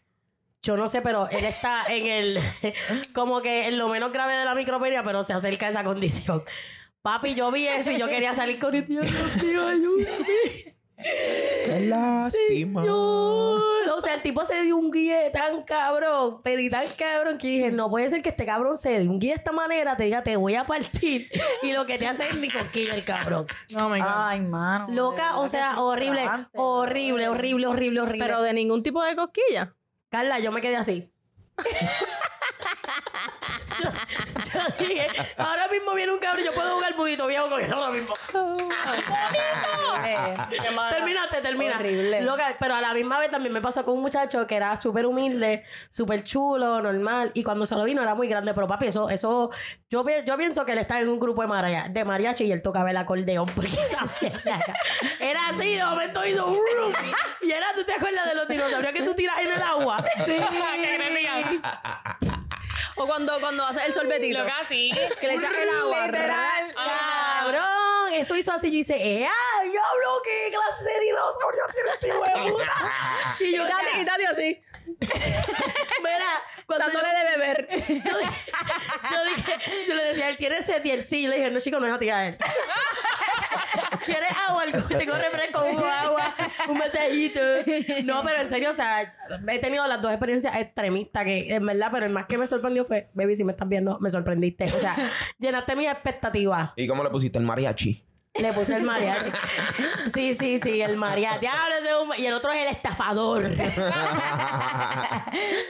C: Yo no sé, pero él está en el. como que en lo menos grave de la micropenia, pero se acerca a esa condición. Papi, yo vi eso y yo quería salir con el Dios mío, ayúdame.
A: Qué lástima.
C: Señor. O sea, el tipo se dio un guía tan cabrón, pero y tan cabrón que dije, no puede ser que este cabrón se dé un guía de esta manera, te diga, te voy a partir. Y lo que te hace es ni coquilla el cabrón.
E: Oh my God.
D: Ay, mano. de
C: Loca,
D: verdad
C: o
D: que
C: sea,
D: frustrante.
C: horrible, horrible, horrible, horrible, horrible.
B: Pero de ningún tipo de cosquilla.
C: Carla, yo me quedé así. yo, yo dije, ahora mismo viene un cabrón, yo puedo jugar mudito viejo con él ahora mismo.
D: Eh,
C: Terminaste, termina.
D: Horrible.
C: Loca, pero a la misma vez también me pasó con un muchacho que era súper humilde, súper chulo, normal. Y cuando se lo vino era muy grande, pero papi, eso, eso, yo, pi- yo pienso que él estaba en un grupo de, maria- de mariachi y él tocaba el acordeón. Porque esa mierda era así, de momento hizo un rum. Y era, ¿tú te acuerdas de los dinosaurios que tú tiras en el agua? Sí.
E: Que crecían.
B: O cuando, cuando haces el sorbetito.
E: Loca, sí.
B: Que le echas el agua.
D: Literal.
C: ¡Cabrón! Eso hizo así. Yo hice, ¡eh! ¡Ay, diablo! ¡Qué clase de dinosaurio tiene este hijo de puta! Y yo,
B: Dale, y
C: mira,
B: dale así.
C: mira, cuando yo,
B: Dándole de beber.
C: yo, dije- yo dije, yo le decía, él tiene sed y él sí. Yo le dije, no, chico, no es a ti, a él. ¿Quieres agua? Tengo refresco, un agua, un masajito. No, pero en serio, o sea, he tenido las dos experiencias extremistas que, en verdad, pero el más que me sorprendió fue, baby, si me estás viendo, me sorprendiste. O sea, llenaste mis expectativas.
A: ¿Y cómo le pusiste el mariachi?
C: Le puse el mariachi. Sí, sí, sí, el mariachi. Diablo, ese es un- Y el otro es el estafador.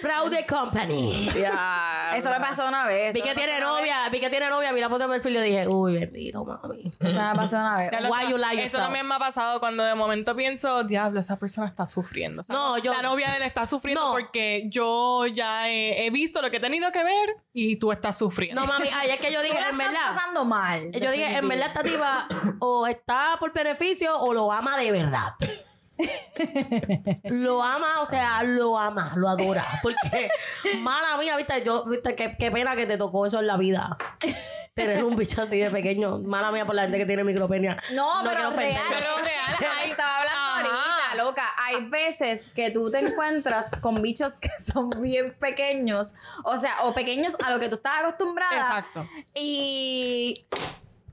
C: Fraude Company.
D: Eso me pasó una vez.
C: Vi
D: eso
C: que
D: me pasó
C: tiene
D: una vez.
C: novia, vi que tiene novia, vi la foto de perfil y dije, uy, bendito, mami.
D: Eso me pasó una vez.
E: Ya lo
C: Why
E: sa-
C: you lie
E: Eso
C: yourself?
E: también me ha pasado cuando de momento pienso, diablo, esa persona está sufriendo. O sea,
C: No, yo-
E: La novia de él está sufriendo
C: No.
E: porque yo ya he, he visto lo que he tenido que ver y tú estás sufriendo.
C: No, mami, ay, es que yo
D: Tú
C: dije,
D: la
C: en
D: estás
C: verdad.
D: pasando mal.
C: Yo dije, en verdad, esta diva o está por beneficio o lo ama de verdad. lo ama, o sea, lo ama, lo adora. Porque, mala mía, viste, yo, viste, qué, qué pena que te tocó eso en la vida. Tener un bicho así de pequeño. Mala mía por la gente que tiene micropenia.
D: No,
C: quiero
D: pero real.
C: ofender.
E: Pero real, hay-
D: estaba hablando
E: Ajá.
D: ahorita, loca. Hay veces que tú te encuentras con bichos que son bien pequeños. O sea, o pequeños a lo que tú estás acostumbrada.
E: Exacto.
D: Y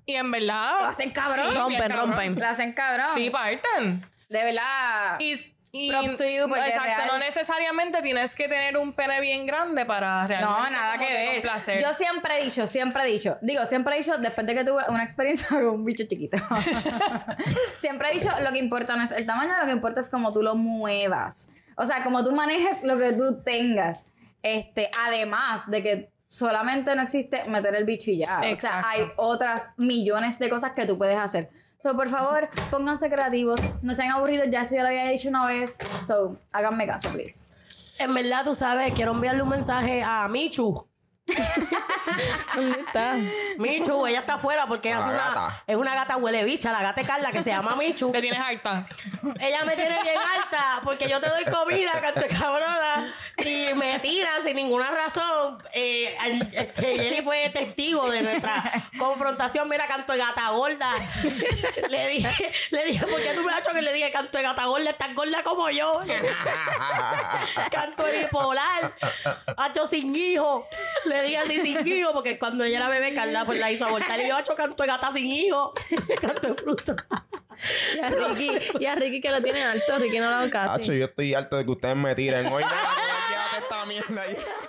E: Y en verdad.
D: lo hacen
E: Sí,
D: cabrón.
E: bien
B: Rompen,
E: cabrón.
B: rompen.
D: Lo hacen cabrón.
E: Sí, parten.
D: De verdad.
E: Y, y-
D: Props to you, porque
E: exacto,
D: real.
E: no necesariamente tienes que tener un pene bien grande para realmente
D: No, nada
E: como
D: que ver.
E: complacer.
D: Yo siempre he dicho, siempre he dicho, digo, siempre he dicho, después de que tuve una experiencia con un bicho chiquito, siempre he dicho, lo que importa no es el tamaño, lo que importa es cómo tú lo muevas. O sea, cómo tú manejes lo que tú tengas. Este, además de que solamente no existe meter el bicho y ya. O sea,
E: Exacto.
D: hay otras millones de cosas que tú puedes hacer. So, por favor, pónganse creativos, no sean aburridos, ya esto ya lo había dicho una vez. So, háganme caso, please.
C: En verdad, tú sabes, quiero enviarle un mensaje a Michu.
B: ¿Dónde está?
C: Michu, ella está afuera porque ella es
A: La
C: una,
A: gata.
C: es una gata huele bicha, la gata de Carla que se llama Michu.
E: Te tienes harta.
C: Ella me tiene bien alta porque yo te doy comida, canto cabrona, y me tira sin ninguna razón. Eh, al- este, Jenny fue testigo de nuestra confrontación. Mira, canto de gata gorda. Le dije, le dije, ¿por qué tú me has hecho que le dije canto de gata gorda? Estás gorda como yo. canto de bipolar. Hacho sin hijo. Le dije así sin hijo porque cuando ella era bebé, Carla pues la hizo abortar. Y yo, hacho canto de gata sin hijo. Canto de fruta.
B: Y a Ricky, y a Ricky que lo tiene alto, Ricky no lo
D: Ah,
A: Hacho,
B: casi.
A: yo estoy harto de que ustedes me tiren. Hoy me la esta mierda.